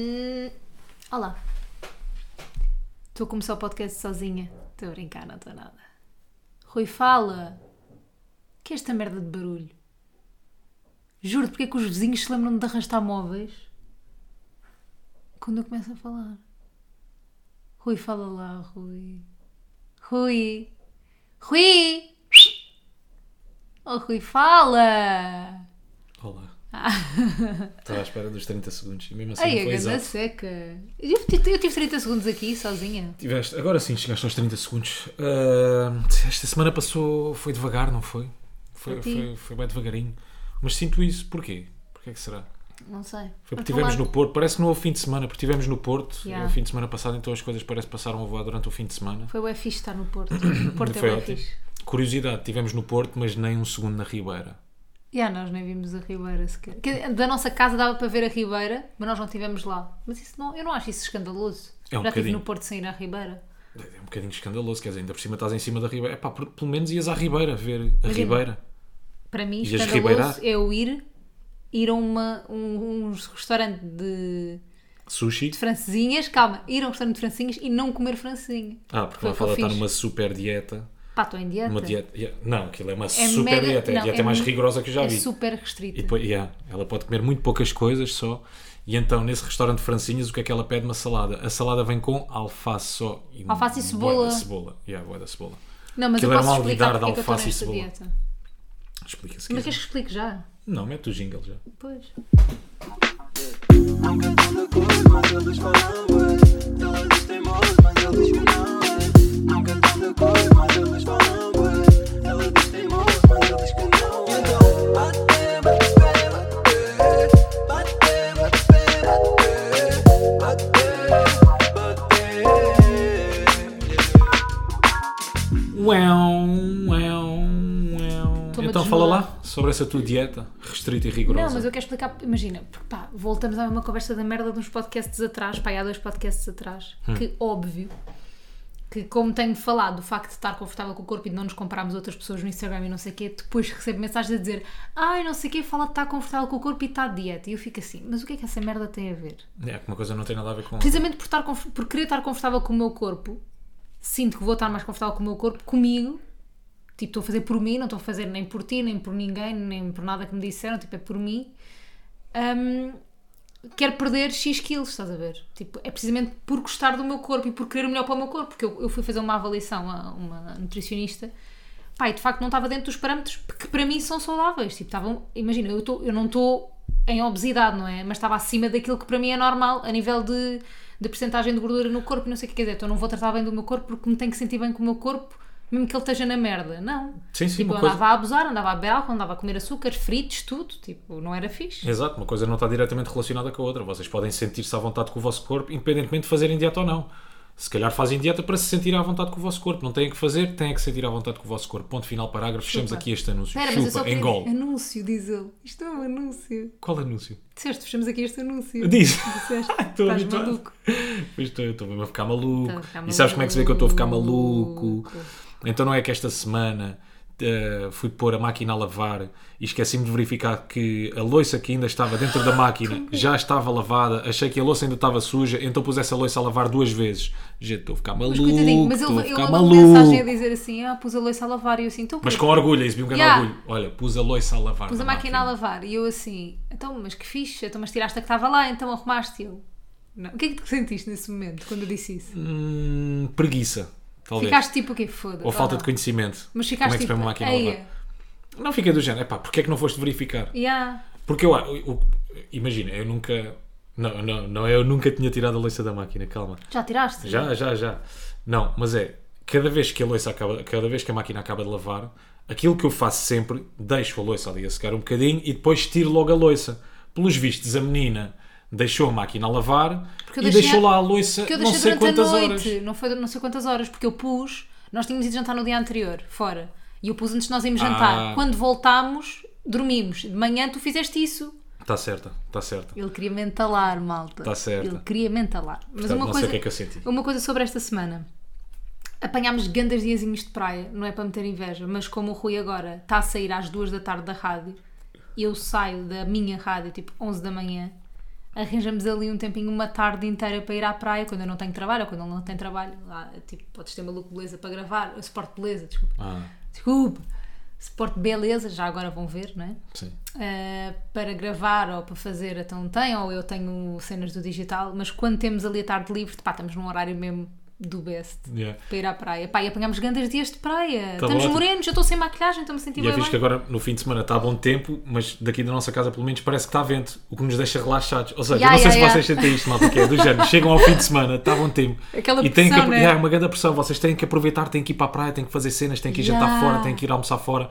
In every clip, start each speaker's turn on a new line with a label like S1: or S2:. S1: Hum, Olá. Estou a começar o podcast sozinha. Estou a brincar, não estou nada. Rui, fala! Que é esta merda de barulho? Juro, porque é que os vizinhos se lembram de arrastar móveis? Quando eu começo a falar. Rui, fala lá, Rui. Rui! Rui! Oh, Rui, fala!
S2: Olá.
S1: Ah.
S2: Estava à espera dos 30 segundos e mesmo assim
S1: Ai,
S2: não
S1: a
S2: foi
S1: ganda
S2: exato.
S1: seca. Eu tive, eu tive 30 segundos aqui, sozinha.
S2: Tiveste, agora sim chegaste aos 30 segundos. Ah, esta semana passou, foi devagar, não foi? Foi,
S1: Para ti.
S2: foi, foi bem devagarinho. Mas sinto isso, porquê? Porquê é que será?
S1: Não sei.
S2: Foi
S1: Vamos
S2: porque estivemos
S1: falar-
S2: no Porto, parece que não houve fim de semana, porque estivemos no Porto
S1: Então Yeah.
S2: no fim de semana passado, então as coisas parece que passaram a voar durante o fim de semana.
S1: Foi o fixe estar no Porto. O Porto é
S2: Foi
S1: o
S2: ótimo.
S1: fixe.
S2: Curiosidade, tivemos no Porto, mas nem um segundo na Ribeira.
S1: Já, nós nem vimos a Ribeira sequer. Que Da nossa casa dava para ver a Ribeira, mas nós não estivemos lá. Mas isso não, eu não acho isso escandaloso.
S2: É um
S1: Já estive
S2: bocadinho.
S1: no Porto sem ir à Ribeira.
S2: É um bocadinho escandaloso, quer dizer, ainda por cima estás em cima da Ribeira. Epá, por- pelo menos ias à Ribeira ver a Ribeira.
S1: Para mim,
S2: Ias
S1: escandaloso é eu ir, ir a uma, um, um restaurante de,
S2: Sushi.
S1: de francesinhas. Calma, ir a um restaurante de francesinhas e não comer francesinha.
S2: Ah, porque
S1: Foi
S2: lá
S1: o que eu
S2: fala está
S1: fiz.
S2: numa super dieta.
S1: Pá, estou em dieta.
S2: Uma dieta. yeah, Não, aquilo é uma super
S1: mega-
S2: dieta. É
S1: não,
S2: a dieta
S1: é
S2: mais
S1: mu-
S2: rigorosa que eu já
S1: é
S2: vi.
S1: super restrita.
S2: E depois, yeah, ela pode comer muito poucas coisas só. E então, nesse restaurante de francinhas, o que é que ela pede? Uma salada. A salada vem com alface só. E
S1: Alface e
S2: bué
S1: cebola.
S2: da cebola. Yeah, bué da cebola.
S1: Não, mas
S2: Aquilo
S1: eu
S2: era
S1: posso
S2: um
S1: explicar
S2: alguidar de
S1: porque é que eu estou
S2: alface e
S1: nesta
S2: cebola.
S1: dieta.
S2: Explica-se.
S1: Mas
S2: queres?
S1: queres que explique já?
S2: Não, mete o jingle já.
S1: Pois.
S3: Nunca estão de acordo, mas eles falam bué. Todos os teimosos, mas eles que não é. Nunca estão de acordo, mas eles falam bué. Ela diz teimoso, mas eles que não é. Então, bate, bate, bate, bate. Bate, bate, bate, bate. Bate.
S2: Uau, uau, uau.
S1: Estou-me a
S2: Então, fala
S1: desmolar.
S2: lá sobre essa tua dieta restrita e
S1: Não,
S2: rigorosa.
S1: mas eu quero explicar. Imagina, porque pá, voltamos a uma conversa da merda de uns podcasts atrás, pá, e há dois podcasts atrás, que óbvio. Que, como tenho falado, o facto de estar confortável com o corpo e de não nos compararmos a outras pessoas no Instagram e não sei o quê, depois recebo mensagens a dizer ai, não sei o quê, fala que está confortável com o corpo e está de dieta. E eu fico assim, mas o que é que essa merda tem a ver?
S2: É, que uma coisa não tem nada a ver com.
S1: precisamente por, estar conf- por querer estar confortável com o meu corpo, sinto que vou estar mais confortável com o meu corpo comigo. Tipo, estou a fazer por mim, não estou a fazer nem por ti, nem por ninguém, nem por nada que me disseram, tipo, é por mim. Hum, quero perder X quilos, estás a ver? Tipo, é precisamente por gostar do meu corpo e por querer o melhor para o meu corpo, porque eu, eu fui fazer uma avaliação a uma nutricionista. Pá, e de facto não estava dentro dos parâmetros que para mim são saudáveis. Tipo, estavam, imagina, eu, tô, eu não estou em obesidade, não é? Mas estava acima daquilo que para mim é normal, a nível de, de percentagem de gordura no corpo, e não sei o que quer dizer. Então eu não vou tratar bem do meu corpo porque me tenho que sentir bem com o meu corpo, mesmo que ele esteja na merda. Não.
S2: Sim, sim,
S1: tipo, eu
S2: uma
S1: andava
S2: coisa-
S1: a abusar, andava a beber álcool, andava a comer açúcar, fritos, tudo. Tipo, não era fixe.
S2: Exato, uma coisa não está diretamente relacionada com a outra. Vocês podem sentir-se à vontade com o vosso corpo, independentemente de fazerem dieta ou não. Se calhar fazem dieta para se sentir à vontade com o vosso corpo. Não têm que fazer, têm que sentir à vontade com o vosso corpo. Ponto final, parágrafo. Fechamos aqui este anúncio.
S1: Espera, mas eu só
S2: Chupa,
S1: queria...
S2: engol.
S1: Anúncio, diz ele. Isto é um anúncio.
S2: Qual anúncio?
S1: Disseste, fechamos aqui este anúncio.
S2: Diz. Ah,
S1: Disseste,
S2: Estou
S1: estás
S2: habituado.
S1: maluco.
S2: Pois estou, eu estou mesmo a ficar maluco.
S1: Estou a ficar
S2: E sabes como é que se vê que eu estou a ficar maluco?
S1: maluco.
S2: Então não é que esta semana eh, fui pôr a máquina a lavar e esqueci-me de verificar que a loiça que ainda estava dentro da máquina já estava lavada. Achei que a louça ainda estava suja, então pus essa loiça a lavar duas vezes. Gente, estou a ficar maluco.
S1: Mas coitadinho, mas
S2: estou a
S1: ele, ele
S2: ficar
S1: mandou uma mensagem a
S2: maluco.
S1: dizer assim: Ah, pus a louça a lavar. E eu assim: Então,
S2: Mas
S1: pô,
S2: com orgulho, exibi um grande
S1: Yeah.
S2: orgulho. Olha, pus a loiça a lavar.
S1: pus a
S2: na
S1: máquina a lavar. E eu assim: Então, mas que fixe. Então, mas tiraste a que estava lá, então arrumaste. E eu: Não. O que é que tu sentiste nesse momento quando eu disse isso?
S2: Hum, preguiça, talvez.
S1: Ficaste tipo o quê? Foda-se.
S2: Ou falta de
S1: conhecimento.
S2: conhecimento.
S1: Mas
S2: como é
S1: ficaste
S2: que se põe uma
S1: tipo.
S2: máquina a lavar?
S1: Eia.
S2: Não fiquei do género. Epá, porquê é que não foste verificar?
S1: Yeah.
S2: Porque eu, eu- eu- imagina, eu nunca. Não, não, não, é eu nunca tinha tirado a louça da máquina, calma.
S1: Já tiraste?
S2: Já, já, já. Não, mas é, cada vez que a louça acaba, cada vez que a máquina acaba de lavar, aquilo que eu faço sempre, deixo a louça ali a secar um bocadinho e depois tiro logo a louça. Pelos vistos, a menina deixou a máquina a lavar
S1: Porque eu
S2: e
S1: deixei-
S2: deixou lá a louça
S1: Porque eu
S2: não
S1: deixei
S2: sei
S1: durante a
S2: quantas
S1: noite,
S2: horas.
S1: não foi não sei quantas horas, porque eu pus, nós tínhamos ido jantar no dia anterior, fora. E eu pus antes de nós irmos jantar.
S2: Ah.
S1: Quando voltámos, dormimos. De manhã tu fizeste isso.
S2: Está Tá certa, está certa.
S1: Ele queria mentalar, malta.
S2: Tá certo.
S1: Ele queria mentalar. Mas
S2: Portanto,
S1: uma
S2: não sei
S1: coisa,
S2: o que é que eu senti.
S1: Uma coisa sobre esta semana. Apanhámos grandes diazinhos de praia, não é para meter inveja, mas como o Rui agora está a sair às duas da tarde da rádio, eu saio da minha rádio, tipo 11 da manhã, arranjamos ali um tempinho, uma tarde inteira para ir à praia, quando eu não tenho trabalho, ou quando ele não tem trabalho, lá, tipo, podes ter maluco beleza para gravar, eu suporto beleza, desculpa,
S2: Ah,
S1: desculpa, suporto beleza, já agora vão ver, não é?
S2: sim.
S1: Uh, para gravar ou para fazer, então tem, ou eu tenho cenas do digital, mas quando temos ali a tarde livre, pá, estamos num horário mesmo do best
S2: Yeah.
S1: para ir à praia. Pá, e apanhamos grandes dias de praia. estamos
S2: Tá ótimo.
S1: morenos, eu estou sem maquilhagem, estou-me sentindo
S2: E é
S1: bem.
S2: visto que agora no fim de semana está bom tempo, mas daqui da nossa casa pelo menos parece que está vento, o que nos deixa relaxados. Ou seja,
S1: Yeah,
S2: eu não sei
S1: yeah,
S2: se vocês
S1: yeah.
S2: sentem isto, malta, que é do género. Chegam ao fim de semana, está bom tempo.
S1: Aquela
S2: e têm que,
S1: pressão, né?
S2: yeah, é uma grande pressão. Vocês têm que aproveitar, têm que ir para a praia, têm que fazer cenas, têm que ir jantar
S1: Yeah.
S2: fora, têm que ir almoçar fora.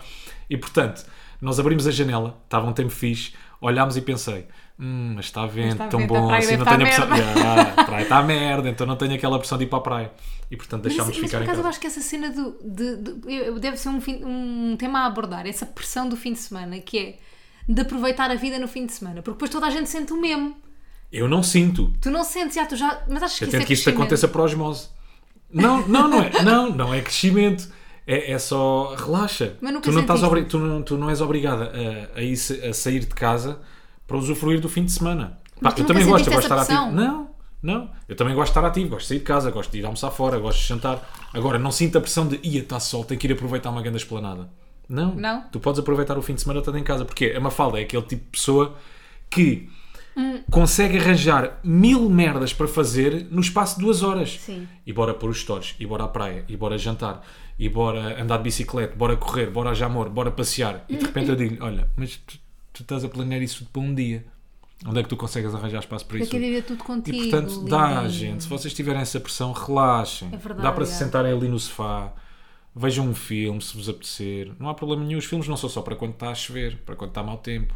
S2: E portanto, nós abrimos a janela, estava um tempo fixe, olhámos e pensei. Hum, mas está vento,
S1: está
S2: tão
S1: vento, a
S2: bom,
S1: praia
S2: assim
S1: deve
S2: não tenho a
S1: estar
S2: pressão. Yeah, a praia está merda, então não tenho aquela pressão de ir para a praia. E portanto
S1: Mas,
S2: deixámos
S1: mas
S2: de
S1: por
S2: ficar em
S1: acaso
S2: casa.
S1: eu acho que essa cena do. de- de- eu- eu- deve ser um, fim- um tema a abordar, essa pressão do fim de semana, que é de aproveitar a vida no fim de semana, porque depois toda a gente sente o mesmo.
S2: Eu não sinto.
S1: Tu não sentes, já, tu já. Mas achas que
S2: Eu
S1: isso é
S2: tento que isto
S1: crescimento?
S2: aconteça por osmose. Não, não, não é. Não, não é crescimento. É, é só relaxa.
S1: Mas nunca
S2: tu, não estás
S1: sentiste.
S2: obri- tu, não, tu não és obrigada a, a, ir sa- a sair de casa para usufruir do fim de semana.
S1: Mas
S2: Pá,
S1: tu
S2: eu
S1: nunca
S2: também gosto, eu gosto
S1: sentiste
S2: de estar
S1: essa
S2: ativo.
S1: pressão?
S2: Não, não. Eu também gosto de estar ativo, gosto de sair de casa, gosto de ir almoçar fora, gosto de jantar. Agora, não sinto a pressão de ia, está sol, tenho que ir aproveitar uma grande esplanada. Não.
S1: Não?
S2: Tu podes aproveitar o fim de semana todo em casa. Porque a Mafalda é aquele tipo de pessoa que consegue arranjar mil merdas para fazer no espaço de duas horas.
S1: Sim.
S2: E bora pôr os stores, e bora à praia, e bora jantar, e bora andar de bicicleta, bora correr, bora a Jamor, bora passear. E de repente eu digo olha, mas tu, tu estás a planear isso tudo para um dia. Onde é que tu consegues arranjar espaço para
S1: Eu
S2: isso?
S1: quero viver tudo contigo.
S2: E portanto, dá,
S1: lindinho.
S2: gente. Se vocês tiverem essa pressão, relaxem.
S1: É verdade,
S2: dá para se
S1: é.
S2: sentarem ali no sofá. Vejam um filme se vos apetecer. Não há problema nenhum. Os filmes não são só para quando está a chover, para quando está mau tempo.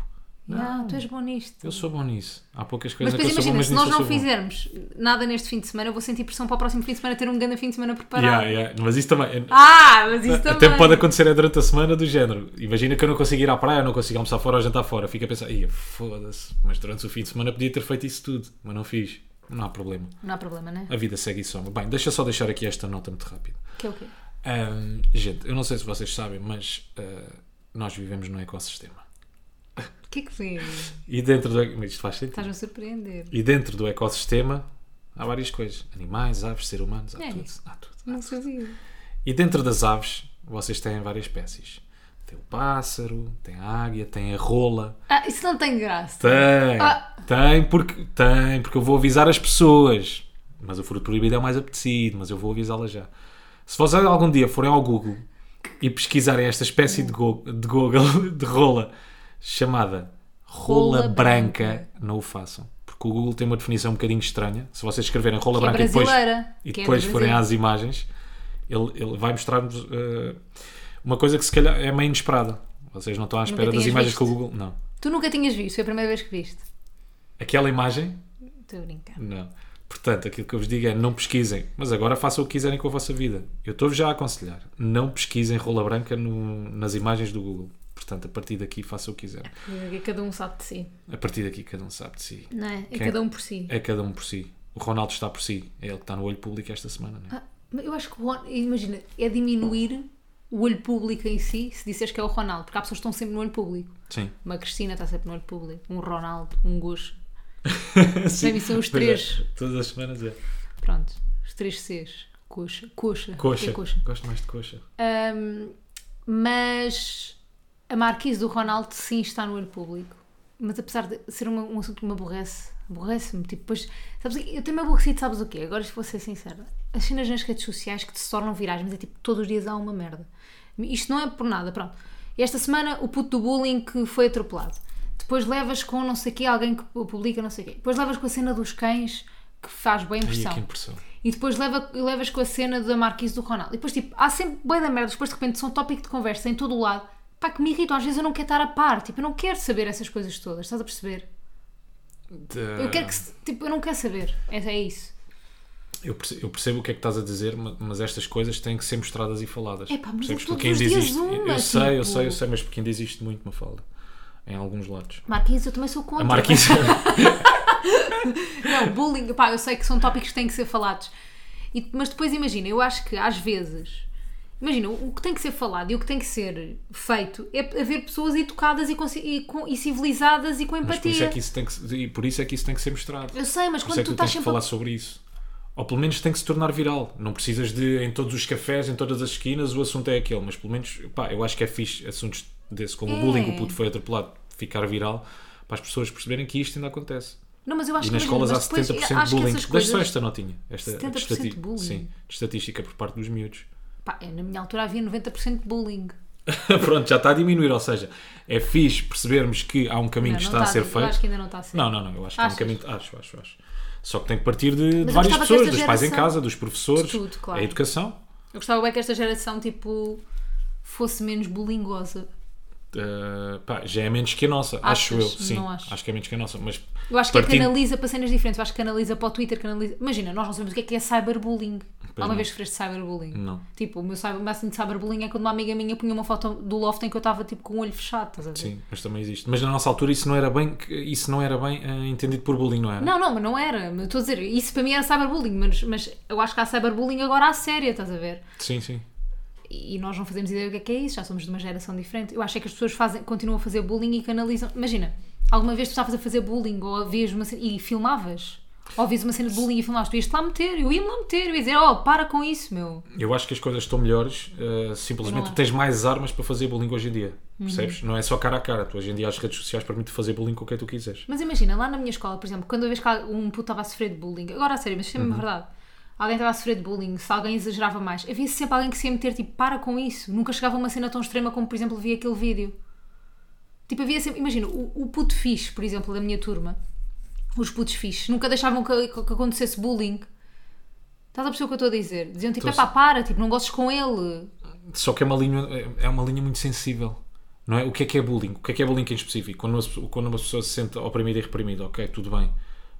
S1: Ah, tu és bom nisto.
S2: Eu sou bom nisso. Há poucas
S1: Mas
S2: coisas que eu
S1: depois
S2: sou bom,
S1: imagina,
S2: mas
S1: se nós
S2: nisso eu sou
S1: não
S2: bom.
S1: fizermos nada neste fim de semana, eu vou sentir pressão para o próximo fim de semana ter um grande fim de semana preparado.
S2: Yeah, yeah. Mas isso também.
S1: Ah, mas isso também.
S2: Até pode acontecer é durante a semana do género. Imagina que eu não consigo ir à praia, eu não consigo almoçar fora ou jantar fora. Fico a pensar, ia, foda-se, mas durante o fim de semana podia ter feito isso tudo, mas não fiz. Não há problema.
S1: Não há problema, né?
S2: A vida segue e soma. Bem, deixa só deixar aqui esta nota muito rápida.
S1: Que é o quê?
S2: Ahm, gente, eu não sei se vocês sabem, mas ah, nós vivemos num ecossistema.
S1: O que é que vimos?
S2: E dentro do. mas Isto faz sentido.
S1: Estás-me a surpreender.
S2: E dentro do ecossistema há várias coisas: animais, aves, seres humanos, há
S1: É.
S2: tudo. Há tudo.
S1: Não sabia.
S2: E dentro das aves, vocês têm várias espécies. Tem o pássaro, tem a águia, tem a rola.
S1: Ah, isso não tem graça.
S2: Tem!
S1: Ah.
S2: Tem, porque, tem, porque eu vou avisar as pessoas. Mas o fruto proibido é o mais apetecido, mas eu vou avisá-la já. Se vocês algum dia forem ao Google e pesquisarem esta espécie de, go- de Google, de rola, chamada rola,
S1: Rola
S2: branca,
S1: branca.
S2: não o façam. Porque o Google tem uma definição um bocadinho estranha. Se vocês escreverem rola
S1: Que é
S2: branca e depois
S1: brasileira.
S2: e
S1: Que é
S2: depois
S1: do
S2: forem
S1: Brasil.
S2: às imagens, ele, ele vai mostrar-nos eh, uma coisa que se calhar é meio inesperada. Vocês não estão à espera das
S1: tinhas
S2: imagens
S1: visto.
S2: que o Google. Não.
S1: Tu nunca tinhas visto, foi a primeira vez que viste.
S2: Aquela imagem?
S1: Estou a brincar.
S2: Não. Portanto, aquilo que eu vos digo é não pesquisem, mas agora façam o que quiserem com a vossa vida. Eu estou-vos já a aconselhar. Não pesquisem rola branca no- nas imagens do Google. Portanto, a partir daqui façam o que quiserem.
S1: É Cada um sabe de si,
S2: A partir daqui cada um sabe de si.
S1: não é? É
S2: Quem-
S1: cada um por si.
S2: É cada um por si. O Ronaldo está por si. É ele que está no olho público esta semana, não é?
S1: Ah, mas eu acho que, o Ron- imagina, é diminuir o olho público em si se disseres que é o Ronaldo, porque há pessoas que estão sempre no olho público.
S2: Sim.
S1: Uma Cristina está sempre no olho público, um Ronaldo, um Gosto.
S2: Sim,
S1: são os
S2: pois é.
S1: três.
S2: Todas as semanas é.
S1: Pronto, os três Cs. Coxa. Coxa.
S2: Coxa.
S1: É coxa.
S2: Gosto mais de coxa.
S1: Ahm, mas a marquise do Ronaldo sim está no olho público. Mas apesar de ser uma- um assunto que me aborrece, aborrece-me. Tipo, pois, sabes, o quê? eu tenho me aborrecido, sabes o quê? Agora, se vou ser sincera, as cenas nas redes sociais que se tornam virais, mas é tipo, todos os dias há uma merda. Isto não é por nada, pronto. Esta semana, o puto do bullying que foi atropelado. Depois levas com não sei o quê, alguém que publica não sei o quê. Depois levas com a cena dos cães, que faz bem
S2: Ai,
S1: impressão.
S2: que impressão.
S1: E depois leva, levas com a cena da Marquise do Ronaldo. E depois, tipo, há sempre bem da merda. Depois, de repente, são tópico de conversa em todo o lado. Pá, que me irritam. Às vezes eu não quero estar a par. Tipo, eu não quero saber essas coisas todas. Estás a perceber? Eu quero que... se- Tipo, eu não quero saber. É, é isso.
S2: Eu perce- eu percebo o que é que estás a dizer, ma- mas estas coisas têm que ser mostradas e faladas.
S1: Epá, mas
S2: Percebes?
S1: é
S2: Porque
S1: todos os dias
S2: isto-
S1: uma,
S2: Eu sei, eu
S1: tipo.
S2: sei, eu sei, mas porque ainda existe muito uma falda. Em alguns lados.
S1: Marquise, eu também sou contra.
S2: A Marquise.
S1: Não, bullying. Pá, eu sei que são tópicos que têm que ser falados. E- mas depois, imagina, eu acho que às vezes Imagina, o que tem que ser falado e o que tem que ser feito é haver pessoas educadas e, consci- e com- e civilizadas e com
S2: Mas por isso,
S1: empatia.
S2: é que isso tem que, se- e por isso é que isso tem que ser mostrado.
S1: Eu sei, mas
S2: Por isso
S1: quando
S2: é que
S1: tu
S2: tu
S1: estás
S2: tens que
S1: sempre.
S2: falar sobre isso. Ou pelo menos tem que se tornar viral. Não precisas de, em todos os cafés, em todas as esquinas, o assunto é aquele. Mas pelo menos, pá, eu acho que é fixe assuntos desse, como
S1: É.
S2: o bullying, que o puto foi atropelado, ficar viral, para as pessoas perceberem que isto ainda acontece.
S1: Não, mas eu acho
S2: E
S1: que
S2: nas
S1: imagina,
S2: escolas há
S1: mas depois, é,
S2: 70% de
S1: acho que
S2: bullying.
S1: essas
S2: Deixa só
S1: coisas.
S2: esta notinha. Esta
S1: 70% de bullying?
S2: Sim, de estatística por parte dos miúdos.
S1: Pá, eu, na minha altura havia 90% de bullying.
S2: Pronto, já está a diminuir. Ou seja, é fixe percebermos que há um caminho
S1: Não,
S2: que
S1: não tá, tipo,
S2: está a ser
S1: eu
S2: feito.
S1: acho que ainda não está a ser.
S2: Não, não, não. Eu acho que é um
S1: Achas?
S2: caminho. Acho, acho, acho. Só que tem que partir de, de
S1: eu
S2: várias
S1: gostava que
S2: pessoas,
S1: esta
S2: dos pais em
S1: geração-
S2: casa, dos professores,
S1: De tudo, claro.
S2: a educação.
S1: Eu gostava bem que esta geração, tipo, fosse menos bulingosa.
S2: Uh, pá, já é menos que a nossa, acho eu.
S1: Achas?
S2: Sim,
S1: Não acho.
S2: que é menos que a nossa. Mas
S1: Eu acho que é
S2: partindo-
S1: canaliza para cenas diferentes. Eu acho que canaliza para o Twitter, canaliza. Imagina, nós não sabemos o que é que é cyberbullying. Alguma
S2: não.
S1: vez sofreste cyberbullying?
S2: Não.
S1: Tipo, o meu cyber, o máximo de cyberbullying é quando uma amiga minha punha uma foto do loft em que eu estava tipo com o olho fechado, estás a ver?
S2: Sim, mas também existe. Mas na nossa altura isso não era bem, isso não era bem eh, entendido por bullying, não era?
S1: Não, não, mas não era. Mas eu Estou a dizer, isso para mim era cyberbullying, mas, mas eu acho que há cyberbullying agora à séria, estás a ver?
S2: Sim, sim.
S1: E nós não fazemos ideia do que é que é isso, já somos de uma geração diferente. Eu acho é que as pessoas fazem, continuam a fazer bullying e canalizam. Imagina, alguma vez tu estavas a fazer bullying ou vias uma cena e filmavas? Ou vias uma cena de bullying e filmavas? Tu ias-te lá meter, eu ia-me lá meter, eu ia dizer, oh, para com isso, meu.
S2: Eu acho que as coisas estão melhores, eh,
S1: Não
S2: simplesmente tu tens mais armas para fazer bullying hoje em dia. Percebes? Não é só cara a cara. Tu hoje em dia as redes sociais permitem fazer bullying com quem tu quiseres.
S1: Mas imagina, lá na minha escola, por exemplo, quando eu vejo que um puto estava a sofrer de bullying, agora a sério, mas isto é
S2: Uhum.
S1: mesmo verdade. Alguém estava a sofrer de bullying, se alguém exagerava mais, havia sempre alguém que se ia meter, tipo, para com isso. Nunca chegava a uma cena tão extrema como, por exemplo, vi aquele vídeo. Tipo, havia sempre, imagina, o, o puto fixe, por exemplo, da minha turma, os putos fixes, nunca deixavam que, que- que acontecesse bullying. Estás a perceber o que eu estou a dizer? Diziam tipo,
S2: Estou
S1: epá, para, tipo, não gostes com ele.
S2: Só que é uma linha, é uma linha muito sensível. Não é? O que é que é bullying? O que é que é bullying em específico? Quando uma, quando uma pessoa se sente oprimida e reprimida, ok, tudo bem.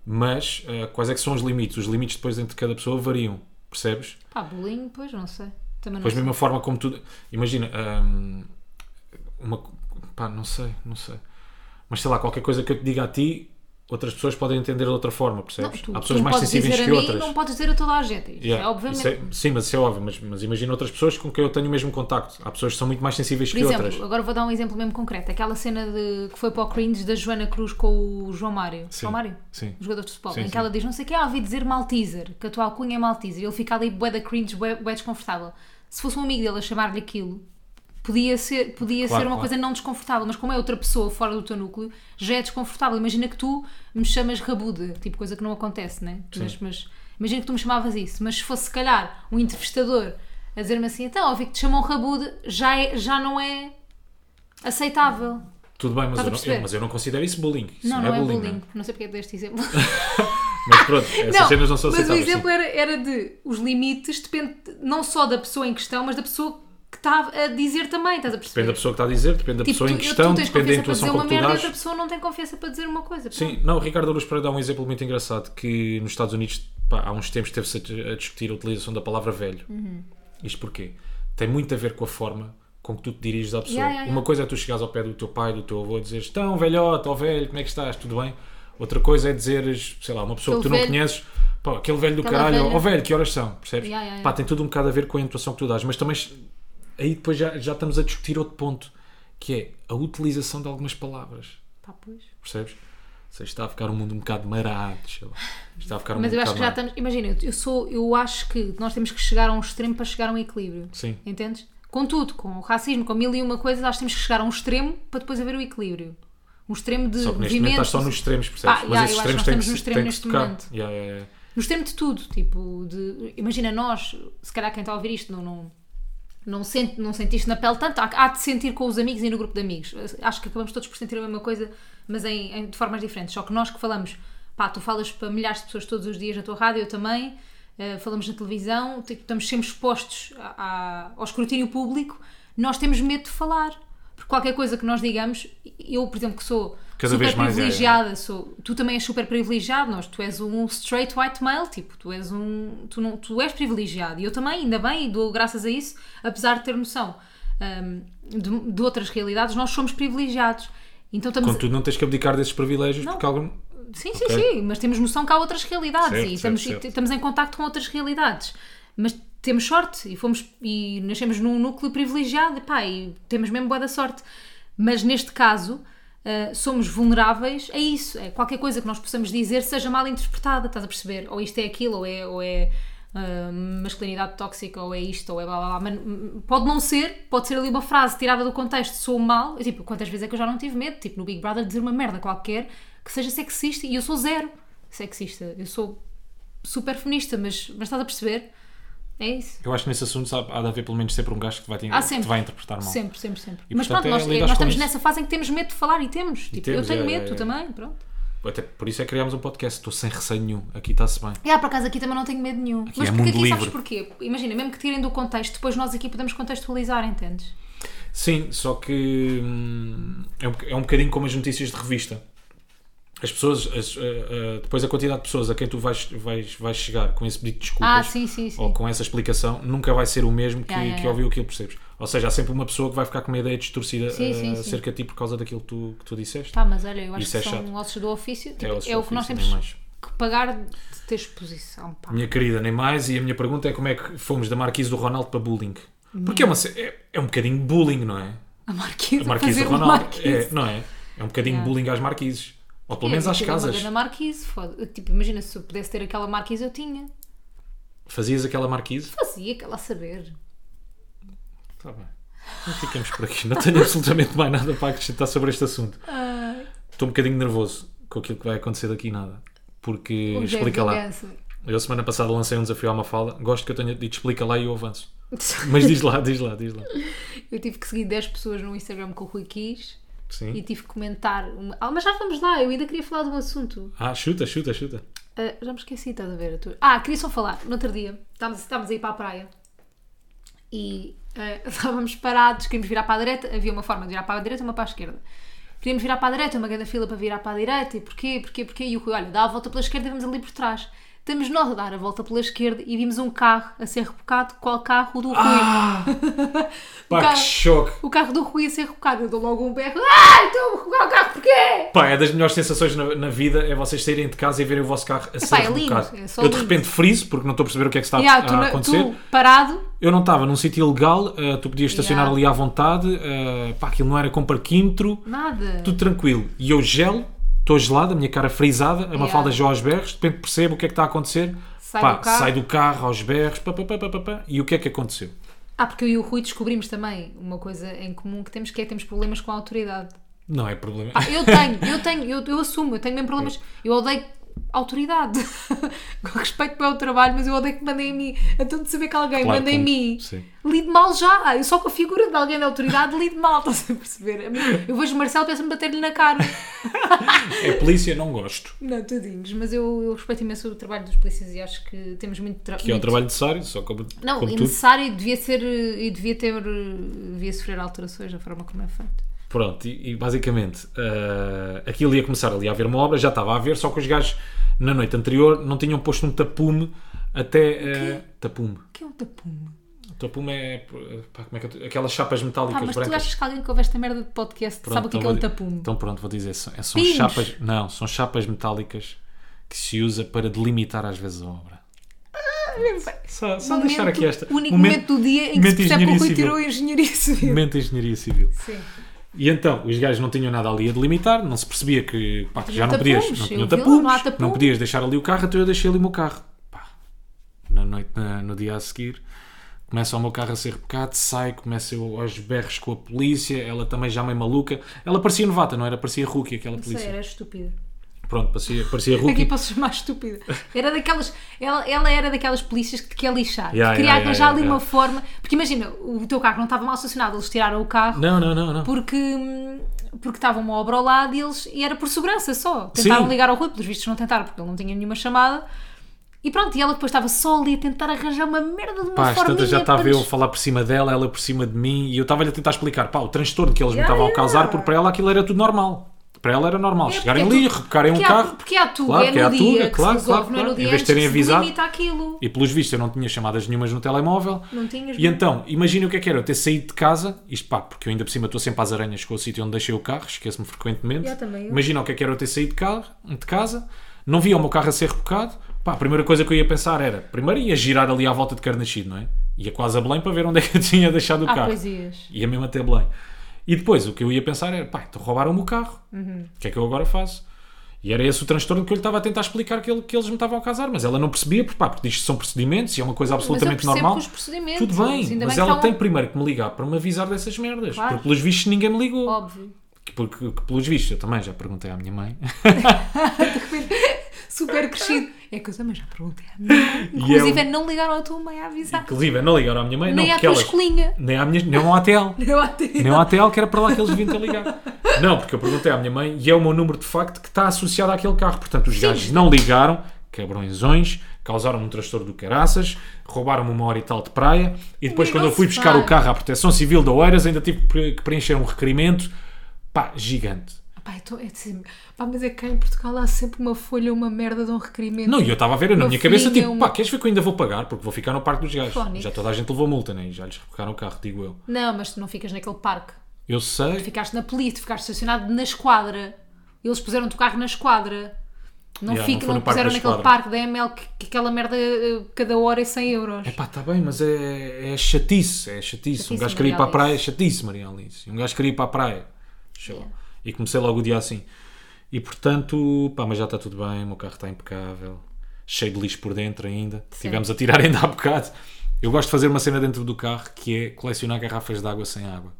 S2: Mas eh, quais é que são os limites? Os limites depois entre cada pessoa variam, percebes?
S1: Pá, bullying, pois, não sei. Também não
S2: Pois,
S1: sei.
S2: mesma forma como tudo. Imagina, hum, uma. pá, não sei, não sei. Mas sei lá, qualquer coisa que eu te diga a ti, outras pessoas podem entender de outra forma,
S1: Não,
S2: percebes?
S1: tu,
S2: Há
S1: tu
S2: pessoas
S1: não
S2: mais
S1: podes
S2: sensíveis
S1: dizer
S2: que
S1: a mim,
S2: outras.
S1: não podes dizer a toda a gente. Isso
S2: Yeah,
S1: é obviamente.
S2: isso é- sim, mas isso é óbvio, mas, mas imagina outras pessoas com quem eu tenho o mesmo contacto. Há pessoas que são muito mais sensíveis
S1: Por
S2: que
S1: exemplo,
S2: outras.
S1: agora vou dar um exemplo mesmo concreto. Aquela cena de, que foi para o cringe da Joana Cruz com o João Mário.
S2: Sim,
S1: João Mário? Um
S2: sim.
S1: Jogador de futebol.
S2: Sim,
S1: em que
S2: sim.
S1: ela diz, não sei o que, ah, ouvi dizer Malteser, que a tua alcunha é Malteser. E ele fica ali bué da cringe, bué, bué desconfortável. Se fosse um amigo dele a chamar-lhe aquilo, podia ser, podia
S2: Claro,
S1: ser uma
S2: claro.
S1: coisa não desconfortável. Mas como é outra pessoa fora do teu núcleo, já é desconfortável. Imagina que tu me chamas rabuda, tipo coisa que não acontece, né? Mas, mas imagina que tu me chamavas isso. Mas se fosse, se calhar, um entrevistador a dizer-me assim, então, ouvi que te chamam rabuda, já, é- já não é aceitável.
S2: Tudo bem, mas
S1: Estás a
S2: eu, não,
S1: perceber?
S2: eu- mas eu não considero isso bullying. Isso
S1: não, não é bullying.
S2: não é?
S1: Não sei porque é que deste exemplo.
S2: Mas pronto, essas
S1: Não,
S2: cenas não são
S1: mas o
S2: aceitáveis. sim.
S1: exemplo é- era, era de os limites depende de- não só da pessoa em questão, mas da pessoa que está a dizer também, estás a perceber?
S2: Depende da pessoa que está a dizer, depende da
S1: Tipo,
S2: pessoa
S1: tu-
S2: em
S1: eu-
S2: questão,
S1: tu tens
S2: depende da
S1: confiança para dizer
S2: intuação
S1: uma
S2: como tu
S1: merda e outra
S2: dás.
S1: pessoa não tem confiança para dizer uma coisa.
S2: Sim, não, o Ricardo Luz Pereira dá um exemplo muito engraçado que nos Estados Unidos pá, há uns tempos teve-se a dis- a discutir a utilização da palavra velho.
S1: Uhum.
S2: Isto porquê? Tem muito a ver com a forma com que tu te diriges à pessoa.
S1: Yeah, yeah, yeah.
S2: Uma coisa é tu chegares ao pé do teu pai, do teu avô e dizeres Então, velhote, ó velho, como é que estás? Tudo bem? Outra coisa é dizeres, sei lá, uma pessoa que tu
S1: Aquele
S2: não
S1: velho.
S2: conheces pá, aquele velho do
S1: Aquela
S2: caralho,
S1: velha.
S2: ó velho, que horas são? Percebes?
S1: Yeah, yeah, yeah.
S2: Pá, tem tudo um bocado a ver com a intuação que tu dás, mas também aí depois já, já estamos a discutir outro ponto, que é a utilização de algumas palavras.
S1: Pá, pois.
S2: Percebes? Ou seja, está a ficar um mundo um bocado marado. sei lá. Está a ficar um
S1: Mas
S2: mundo
S1: eu acho que já
S2: um bocado
S1: estamos. Imagina, eu- eu, sou, eu acho que nós temos que chegar a um extremo para chegar a um equilíbrio.
S2: Sim.
S1: Entendes? Com tudo, com o racismo, com mil e uma coisas, acho que temos que chegar a um extremo para depois haver o equilíbrio. Um extremo de
S2: Só que
S1: movimentos,
S2: neste momento estás só nos extremos, percebes?
S1: Pá,
S2: Mas
S1: Ah, yeah,
S2: esses
S1: eu acho que
S2: extremos
S1: nós
S2: têm
S1: estamos no
S2: que, se-
S1: extremo
S2: têm que se
S1: neste
S2: tocar.
S1: momento.
S2: Yeah, yeah, yeah.
S1: no extremo de tudo, tipo, de, imagina nós, se calhar quem está a ouvir isto não, não, não, sente, não sente isto na pele tanto, há, há de sentir com os amigos e no grupo de amigos. Acho que acabamos todos por sentir a mesma coisa, mas em, em- de formas diferentes. Só que nós que falamos, pá, tu falas para milhares de pessoas todos os dias na tua rádio, eu também, eh, falamos na televisão, tipo, estamos sempre expostos a- a- ao escrutínio público, nós temos medo de falar. Porque qualquer coisa que nós digamos, eu, por exemplo, que sou
S2: Cada
S1: super
S2: vez mais, é, é.
S1: privilegiada, privilegiada, sou- tu também és super privilegiado, nós, tu és um straight white male, tipo, tu és um, tu não, tu és privilegiado, e eu também, ainda bem, e dou graças a isso, apesar de ter noção hum, de, de outras realidades, nós somos privilegiados. Então estamos
S2: Contudo, não tens que abdicar desses privilégios porque algum.
S1: Sim, sim,
S2: Ok.
S1: sim, mas temos noção que há outras realidades
S2: Certo,
S1: e estamos,
S2: certo,
S1: e
S2: certo.
S1: estamos em contacto com outras realidades. Mas temos sorte e fomos e nascemos num núcleo privilegiado, pá, e temos mesmo boa da sorte. Mas neste caso, ah, somos vulneráveis a isso. É, qualquer coisa que nós possamos dizer seja mal interpretada, estás a perceber? Ou isto é aquilo, ou é, ou é ah, masculinidade tóxica, ou é isto, ou é blá blá blá. Mas, hum, pode não ser, pode ser ali uma frase tirada do contexto, sou mal. Eu, tipo, quantas vezes é que eu já não tive medo, tipo, no Big Brother, de dizer uma merda qualquer que seja sexista e eu sou zero sexista. Eu sou super feminista, mas, mas estás a perceber? É isso.
S2: Eu acho que nesse assunto sabe, há de haver pelo menos sempre um gajo que, vai te,
S1: Há
S2: que te
S1: sempre.
S2: vai interpretar mal.
S1: Sempre, sempre, sempre.
S2: E,
S1: mas
S2: portanto,
S1: pronto, nós,
S2: é
S1: nós
S2: lidares com
S1: estamos
S2: isso.
S1: nessa fase em que temos medo de falar e temos. Tipo,
S2: temos,
S1: eu tenho
S2: é,
S1: medo,
S2: é,
S1: tu
S2: é.
S1: também, pronto.
S2: Até por isso é que criámos um podcast. Estou sem receio nenhum. Aqui está-se bem.
S1: E ah, por acaso aqui também não tenho medo nenhum. mas porque
S2: é mundo
S1: aqui sabes
S2: livre.
S1: porquê? Imagina, mesmo que tirem do contexto, depois nós aqui podemos contextualizar, entendes?
S2: Sim, só que hum, é um, boc- é um bocadinho como as notícias de revista. As pessoas, as, uh, uh, depois a quantidade de pessoas a quem tu vais, vais, vais chegar com esse pedido de desculpas
S1: Ah, sim, sim, sim.
S2: ou com essa explicação nunca vai ser o mesmo que,
S1: Ya, ya,
S2: que
S1: ya.
S2: ouviu aquilo, percebes? Ou seja, há sempre uma pessoa que vai ficar com uma ideia distorcida
S1: Sim,
S2: uh,
S1: sim, sim.
S2: acerca de ti por causa daquilo que tu, que tu disseste.
S1: Pá, mas olha, eu acho
S2: Isso
S1: que
S2: é
S1: são
S2: chato.
S1: ossos do ofício. Tipo,
S2: ossos
S1: é
S2: do
S1: o que nós
S2: ofício,
S1: temos
S2: nem mais.
S1: que pagar de ter exposição. Pá.
S2: Minha querida, nem mais. E a minha pergunta é como é que fomos da Marquise do Ronaldo para bullying?
S1: Hum.
S2: Porque é, uma, ce- é, é um bocadinho bullying, não é?
S1: A Marquise,
S2: A
S1: a
S2: Marquise
S1: fazer
S2: do
S1: uma
S2: Ronaldo.
S1: Marquise.
S2: É, não é? É um bocadinho
S1: Ya.
S2: bullying às Marquises. Ou pelo
S1: É,
S2: menos às
S1: aquilo é uma
S2: casas.
S1: grande Marquise, foda. Tipo, imagina se eu pudesse ter aquela Marquise, eu tinha.
S2: Fazias aquela marquise?
S1: Fazia, que ela saber.
S2: Está Tá bem. Não ficamos por aqui. Não tenho absolutamente mais nada para acrescentar sobre este assunto. Estou um bocadinho nervoso com aquilo que vai acontecer daqui e nada. Porque
S1: Hoje é
S2: explica lá.
S1: vingança.
S2: Eu semana passada lancei um desafio à Mafalda. Gosto que eu tenha dito explica lá e eu avanço. Mas diz lá, diz lá, diz lá.
S1: Eu tive que seguir 10 pessoas no Instagram que o Rui quis e
S2: Sim.
S1: tive que comentar. Uma... Ah, mas já vamos lá, eu ainda queria falar de um assunto.
S2: Ah, chuta, chuta, chuta.
S1: Ah, já me esqueci, estás a ver? eu tô- Ah, queria só falar. No outro dia, estávamos, estávamos a ir para a praia e ah, estávamos parados, queríamos virar para a direita. Havia uma forma de virar para a direita e uma para a esquerda. Queríamos virar para a direita, uma grande fila para virar para a direita. E porquê, porquê, porquê? E o Rui, olha, dá a volta pela esquerda e vamos ali por trás. Estamos nós a dar a volta pela esquerda e vimos um carro a ser rebocado. Qual carro? O do Rui.
S2: Ah,
S1: Um
S2: Pá,
S1: Cara.
S2: que choque.
S1: O carro do Rui a ser rebocado. Eu dou logo um berro. Ai, estou a rebocar o carro porquê?
S2: Pá, é das melhores sensações na, na vida é vocês saírem de casa e verem o vosso carro a ser
S1: é lindo,
S2: rebocado.
S1: é só
S2: eu de
S1: lindo.
S2: repente friso porque não estou a perceber o que é que está a-
S1: Yeah, tu,
S2: a,
S1: na-
S2: acontecer.
S1: tu parado.
S2: Eu não estava num sítio ilegal, eh, tu podias estacionar
S1: Yeah.
S2: ali à vontade, eh, pá, aquilo não era com parquímetro,
S1: Nada.
S2: tudo tranquilo. E eu gelo, estou gelado, a minha cara frisada, a Mafalda já aos berros, de repente percebo o que é que está a acontecer,
S1: Sai
S2: pá,
S1: do carro.
S2: sai do carro aos berros, pá, pá, pá, pá, pá, pá, e o que é que aconteceu?
S1: Ah, porque eu e o Rui descobrimos também uma coisa em comum que temos que é temos problemas com a autoridade.
S2: Não é problema.
S1: Ah, eu tenho, eu tenho, eu, eu assumo, eu tenho mesmo problemas. Eu odeio autoridade. com respeito para o trabalho, mas eu odeio que mandem em mim. Então de saber que alguém
S2: Claro,
S1: manda em
S2: como-
S1: mim.
S2: sim.
S1: Lido mal já. Eu só com a figura de alguém da autoridade lido mal, estás a perceber? A mim- Eu vejo o Marcelo pensa-me bater-lhe na cara.
S2: É polícia, não gosto.
S1: Não, tadinhos, mas eu, eu respeito imenso o trabalho dos polícias e acho que temos muito trabalho.
S2: Que é um trabalho necessário, só como,
S1: Não,
S2: como
S1: é
S2: tudo.
S1: necessário e devia ser eh, e devia ter eh, devia sofrer alterações da forma como é feito.
S2: Pronto, e, e basicamente eh, aquilo ia começar ali a haver uma obra, já estava a haver, só que os gajos na noite anterior não tinham posto um tapume até. eh, tapume.
S1: O que é um tapume?
S2: Tapume é. pá, como é que eu te- Aquelas chapas
S1: Ah,
S2: metálicas
S1: mas tu
S2: brancas.
S1: achas que alguém que ouve esta merda de podcast sabe o que é, que é um tapume?
S2: Então pronto, vou dizer. São, é- são
S1: Pinos.
S2: chapas. Não, são chapas metálicas que se usa para delimitar às vezes a obra. Só, só
S1: Ah, Momento-
S2: deixar aqui esta.
S1: O único momento, do dia em que se
S2: momento
S1: percebe que o
S2: engenharia
S1: Rui
S2: civil.
S1: tirou a engenharia civil.
S2: Momento de engenharia civil.
S1: Sim.
S2: E então, os gajos não tinham nada ali a delimitar, não se percebia que, pá, que já
S1: tinham
S2: não podias,
S1: tapumes,
S2: não
S1: eu
S2: tinham
S1: vi lá,
S2: tapumes,
S1: não
S2: não,
S1: um há tapumes.
S2: podias deixar ali o carro, então eu deixei ali o meu carro. Pá, na noite, na- no dia a seguir, começa o meu carro a ser rebocado, sai, começa eu aos berros com a polícia, ela também já meio maluca, ela parecia novata, não era? Parecia rookie aquela
S1: Sei,
S2: polícia.
S1: era estúpida.
S2: Pronto, parecia, parecia
S1: Aqui
S2: rookie.
S1: é posso chamar estúpida. Era daquelas, ela, ela era daquelas polícias que te quer lixar.
S2: Yeah,
S1: que queria
S2: yeah, yeah,
S1: arranjar ali
S2: yeah,
S1: uma forma. Porque imagina, o teu carro não estava mal estacionado, eles tiraram o carro.
S2: Não, não, não, não.
S1: porque hum, porque estava uma obra ao lado e eles e era por segurança só tentaram
S2: Sim.
S1: ligar ao Rui pelos vistos não tentaram porque ele não tinha nenhuma chamada e pronto e ela depois estava só ali a tentar arranjar uma merda de uma
S2: Pá, às
S1: forminha
S2: tantas já estava
S1: para
S2: eu a
S1: nos-
S2: falar por cima dela, ela por cima de mim, e eu estava-lhe a tentar explicar pá, o transtorno que eles
S1: Yeah,
S2: me estavam
S1: yeah.
S2: a causar, porque para ela aquilo era tudo normal. Para ela era normal
S1: É,
S2: chegarem
S1: porque é
S2: ali,
S1: tu-
S2: rebocarem um
S1: porque há-
S2: carro.
S1: porque há tu
S2: Claro,
S1: é
S2: que
S1: no
S2: há
S1: dia
S2: tudo,
S1: que
S2: claro,
S1: se resolve não é
S2: claro,
S1: no dia
S2: claro. Em vez de
S1: antes
S2: terem
S1: que se
S2: avisado.
S1: limita aquilo
S2: E pelos vistos eu não tinha chamadas nenhumas no telemóvel.
S1: Não tinhas
S2: E
S1: mesmo.
S2: então, imagina o que é que era eu ter saído de casa, isto pá, porque eu ainda por cima estou sempre às aranhas com o sítio onde deixei o carro, esqueço-me frequentemente.
S1: Eu também, eu.
S2: Imagina o que é que era eu ter saído de, carro, de casa, não via o meu carro a ser rebocado, Pá, a primeira coisa que eu ia pensar era, primeiro ia girar ali à volta de Carnaxide, não é? Ia quase a Belém para ver onde é que eu tinha deixado o
S1: Ah,
S2: carro.
S1: pois ias.
S2: Ia mesmo até Belém. E depois o que eu ia pensar era, pá, então roubaram-me o carro.
S1: Uhum.
S2: O que é que eu agora faço? E era esse o transtorno que eu lhe estava a tentar explicar que, ele- que eles me estavam a casar, mas ela não percebia, porque, pá, porque diz que são procedimentos e é uma coisa
S1: Mas eu
S2: absolutamente
S1: percebo
S2: normal.
S1: que os procedimentos.
S2: Tudo bem,
S1: ainda
S2: mas
S1: que
S2: ela
S1: há um-
S2: tem primeiro que me ligar para me avisar dessas merdas.
S1: Claro.
S2: Porque pelos vistos ninguém me ligou.
S1: Óbvio.
S2: Que- Porque, que pelos vistos, eu também já perguntei à minha mãe.
S1: Super crescido. É que eu também já perguntei à minha mãe.
S2: um
S1: Inclusive, é não ligaram à tua mãe a avisar.
S2: Inclusive, não ligaram à minha mãe,
S1: Nem
S2: não,
S1: à
S2: porque
S1: tua
S2: elas.
S1: escolinha.
S2: Nem à minha. Nem um ao ATL.
S1: Eu até.
S2: Nem ao ATL, que era para lá que eles vinham ter ligado. Não, porque eu perguntei à minha mãe e é o meu número de facto que está associado àquele carro. Portanto, os gajos não ligaram, cabrõezões, causaram-me um transtorno do caraças, roubaram-me uma hora e tal de praia e depois,
S1: Amigo,
S2: quando eu
S1: não
S2: fui
S1: se
S2: buscar
S1: vai.
S2: o carro à Proteção Civil da Oeiras, ainda tive que pre- que preencher um requerimento, pá, gigante.
S1: Pá, então é de sempre- pá, mas é que cá em Portugal há sempre uma folha, uma merda de um requerimento.
S2: Não, e eu estava a ver na
S1: Uma
S2: minha cabeça,
S1: folhinha,
S2: tipo,
S1: uma-
S2: pá, queres ver que eu ainda vou pagar? Porque vou ficar no parque dos gajos.
S1: Fónico.
S2: Já toda a gente levou multa, né? E já lhes rebocaram o carro, digo eu.
S1: Não, mas tu não ficas naquele parque.
S2: Eu sei.
S1: Ficaste na polícia, ficaste estacionado na esquadra. Eles puseram-te o carro na esquadra. Não,
S2: Yeah,
S1: fica,
S2: não foi
S1: não,
S2: no parque
S1: puseram
S2: da
S1: naquele
S2: esquadra.
S1: parque da ML que, que aquela merda eh, cada hora é 100 euros.
S2: É pá, está bem, mas é, é chatice, é chatice.
S1: Chatice,
S2: Um gajo queria ir para a
S1: Maria
S2: praia, chatice, Maria Alice. Um gajo queria ir para a praia. Sei lá. E comecei logo o dia assim. E portanto, pá, mas já está tudo bem, o meu carro está impecável, cheio de lixo por dentro ainda. Tivemos a tirar ainda há bocado. Eu gosto de fazer uma cena dentro do carro que é colecionar garrafas de água sem água.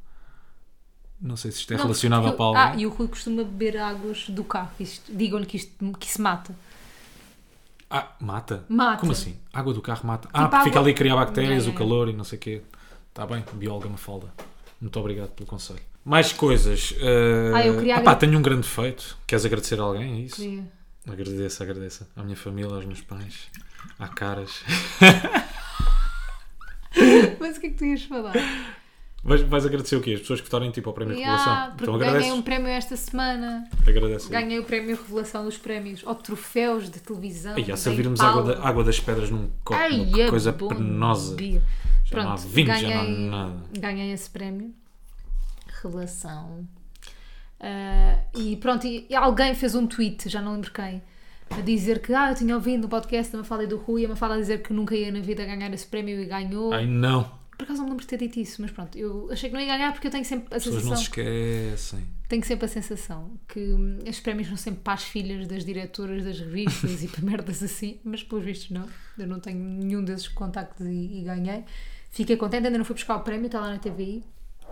S2: Não sei se isto é
S1: Não,
S2: relacionável
S1: porque-
S2: para alguém.
S1: Ah, e o Rui costuma beber águas do carro. Isto- Digam-lhe que isto que se mata.
S2: Ah, mata?
S1: Mata. Tipo
S2: Como assim? Água do carro mata. ah, porque
S1: água-
S2: fica ali a criar bactérias,
S1: É.
S2: o calor e não sei o quê. Está bem, bióloga Mafalda. Muito obrigado pelo conselho. Mais coisas. eh,
S1: Ah, eu queria
S2: ah
S1: agra-
S2: pá, tenho um grande feito. Queres agradecer a alguém? É isso?
S1: Queria-
S2: Agradeço, agradeço. À minha família, aos meus pais, à caras.
S1: Mas o que é que tu ias falar?
S2: Vais, vais agradecer o quê? As pessoas que votarem tipo ao prémio de
S1: Ah,
S2: revelação.
S1: porque
S2: Então
S1: ganhei
S2: agradeces.
S1: um prémio esta semana.
S2: Agradeces.
S1: Ganhei o prémio Revelação dos Prémios. Ou troféus de televisão.
S2: Ai, a
S1: em
S2: servirmos água,
S1: Paula.
S2: da- água das pedras num copo,
S1: um Ai,
S2: meu, que
S1: é
S2: coisa
S1: bom
S2: penosa.
S1: dia.
S2: Já não há
S1: Pronto,
S2: vinho, já não há
S1: ganhei,
S2: nada.
S1: ganhei esse prémio. Relação. Ah, e pronto, e e alguém fez um tweet, já não lembro quem, a dizer que ah, eu tinha ouvido no podcast da Mafalda e do Rui, a Mafalda a dizer que nunca ia na vida ganhar esse prémio e ganhou.
S2: Ai, não.
S1: Por acaso não me lembro de ter dito isso, mas pronto, eu achei que não ia ganhar porque eu tenho sempre a
S2: As pessoas
S1: sensação
S2: não se esquecem.
S1: tenho sempre a sensação que hum, os prémios são sempre para as filhas das diretoras das revistas e para merdas assim, mas pelos vistos não. Eu não tenho nenhum desses contactos e, e ganhei. Fiquei contente, ainda não fui buscar o prémio, está lá na TVI.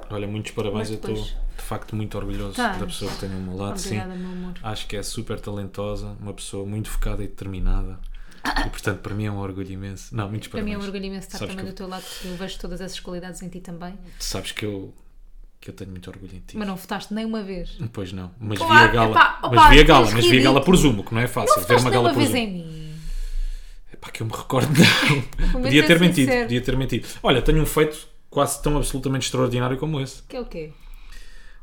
S2: Olha, muitos parabéns,
S1: Mas
S2: eu estou
S1: depois-
S2: de facto muito orgulhoso
S1: Tá.
S2: da pessoa que tenho ao meu lado.
S1: Obrigada,
S2: Ah, Sim,
S1: meu amor.
S2: acho que é super talentosa, uma pessoa muito focada e determinada. E portanto, para mim é um orgulho imenso. Não, muitos
S1: Para mim é
S2: parabéns.
S1: um orgulho imenso estar
S2: Sabes
S1: também
S2: que
S1: do teu lado, porque eu vejo todas essas qualidades em ti também.
S2: eu- Tu sabes que eu, que eu tenho muito orgulho em ti.
S1: Mas não votaste nem uma vez.
S2: Pois não, mas
S1: Claro,
S2: via gala.
S1: epá, opá,
S2: mas via gala,
S1: és
S2: mas via gala
S1: ridículo.
S2: por Zoom, o que não é
S1: Não
S2: fácil. ver
S1: votaste
S2: uma
S1: nem
S2: gala
S1: uma
S2: por
S1: vez
S2: Zoom.
S1: em mim.
S2: Epá, que eu me recordo, não.
S1: menos
S2: Podia
S1: é
S2: ter mentido,
S1: sincero.
S2: podia ter mentido. Olha, tenho um feito quase tão absolutamente extraordinário como esse.
S1: Que é o quê?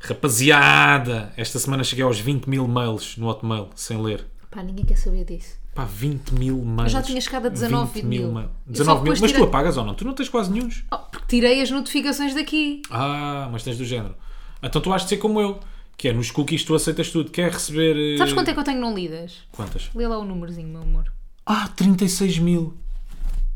S2: Rapaziada, esta semana cheguei aos 20 mil mails no Hotmail, sem ler.
S1: Pá, ninguém quer saber disso.
S2: Pá, 20 mil mails.
S1: já tinha chegado a 19 mil.
S2: ma-
S1: Eu
S2: 19
S1: só
S2: mil.
S1: depois
S2: Mas tu
S1: tirei-
S2: apagas ou não? Tu não tens quase nenhuns.
S1: Oh, porque tirei as notificações daqui.
S2: Ah, mas tens do género. Então tu has de ser como eu, que é nos cookies tu aceitas tudo. Quer receber. eh,
S1: Sabes quanto é que eu tenho não lidas?
S2: Quantas?
S1: Lê lá o númerozinho, meu amor.
S2: Ah, 36 mil.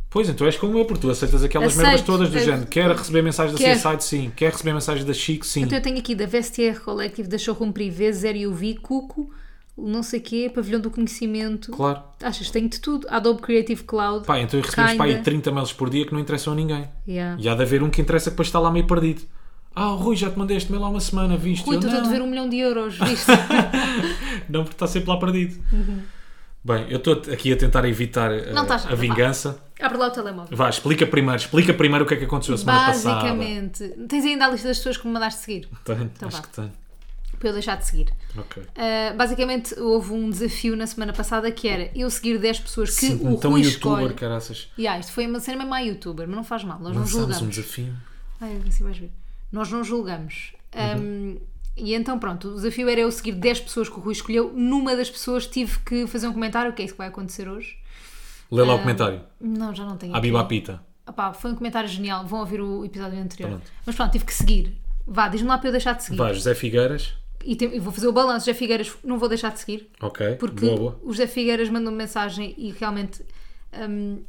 S2: Pois, então és como eu, porque tu aceitas aquelas
S1: Aceito.
S2: merdas todas do
S1: Eu-
S2: género. Quer receber mensagem da
S1: Quer.
S2: CSI? Sim. Quer receber mensagem da Chic? Sim.
S1: Então eu tenho aqui da Vestiaire Collective, da Showroom Privé, Zero e UV, Cuco, não sei quê, Pavilhão do Conhecimento.
S2: Claro.
S1: Achas, tenho de tudo. Adobe Creative Cloud.
S2: Pá, então recebemos pá,
S1: Kinda.
S2: aí 30 mails por dia que não interessam a ninguém.
S1: Yeah.
S2: E há de haver um que interessa que depois está lá meio perdido. Ah, o Rui, já te mandei este mail há uma semana, viste?
S1: Rui,
S2: Eu,
S1: tu estou a
S2: não,
S1: dever um milhão de euros, viste?
S2: não, porque está sempre lá perdido. Bem, eu estou aqui a tentar evitar eh,
S1: Uhum. Não estás,
S2: a
S1: vá.
S2: vingança.
S1: Abre lá o telemóvel.
S2: Vá, explica primeiro, explica primeiro o que é que aconteceu a semana passada.
S1: Basicamente, tens ainda a lista das pessoas que me mandaste seguir,
S2: Tenho,
S1: Então
S2: acho
S1: vá.
S2: que tenho.
S1: para eu deixar de seguir.
S2: Ok.
S1: Uh, basicamente, houve um desafio na semana passada que era eu seguir 10 pessoas que
S2: Sim,
S1: o
S2: então
S1: Rui
S2: youtuber,
S1: escolhe.
S2: caraças.
S1: Yeah, isto foi uma cena mesmo à youtuber, mas não faz mal, nós não
S2: Lançámos um
S1: julgamos.
S2: desafio.
S1: Ai, assim vais ver. Nós não julgamos. Um, e então, pronto, o desafio era eu seguir 10 pessoas que o Rui escolheu. Numa das pessoas tive que fazer um comentário, que é isso que vai acontecer hoje.
S2: Lê
S1: Ah,
S2: lá o comentário.
S1: Não, já não tenho.
S2: A
S1: aqui.
S2: Biba Pita.
S1: Opá, foi um comentário genial. Vão ouvir o episódio anterior.
S2: Pronto.
S1: Mas pronto, tive que seguir. Vá, diz-me lá para eu deixar de seguir.
S2: Vá, José Figueiras.
S1: E tem- e vou fazer o balanço. José Figueiras, não vou deixar de seguir.
S2: Ok,
S1: Porque
S2: boa, boa.
S1: o José Figueiras mandou-me mensagem e realmente hum,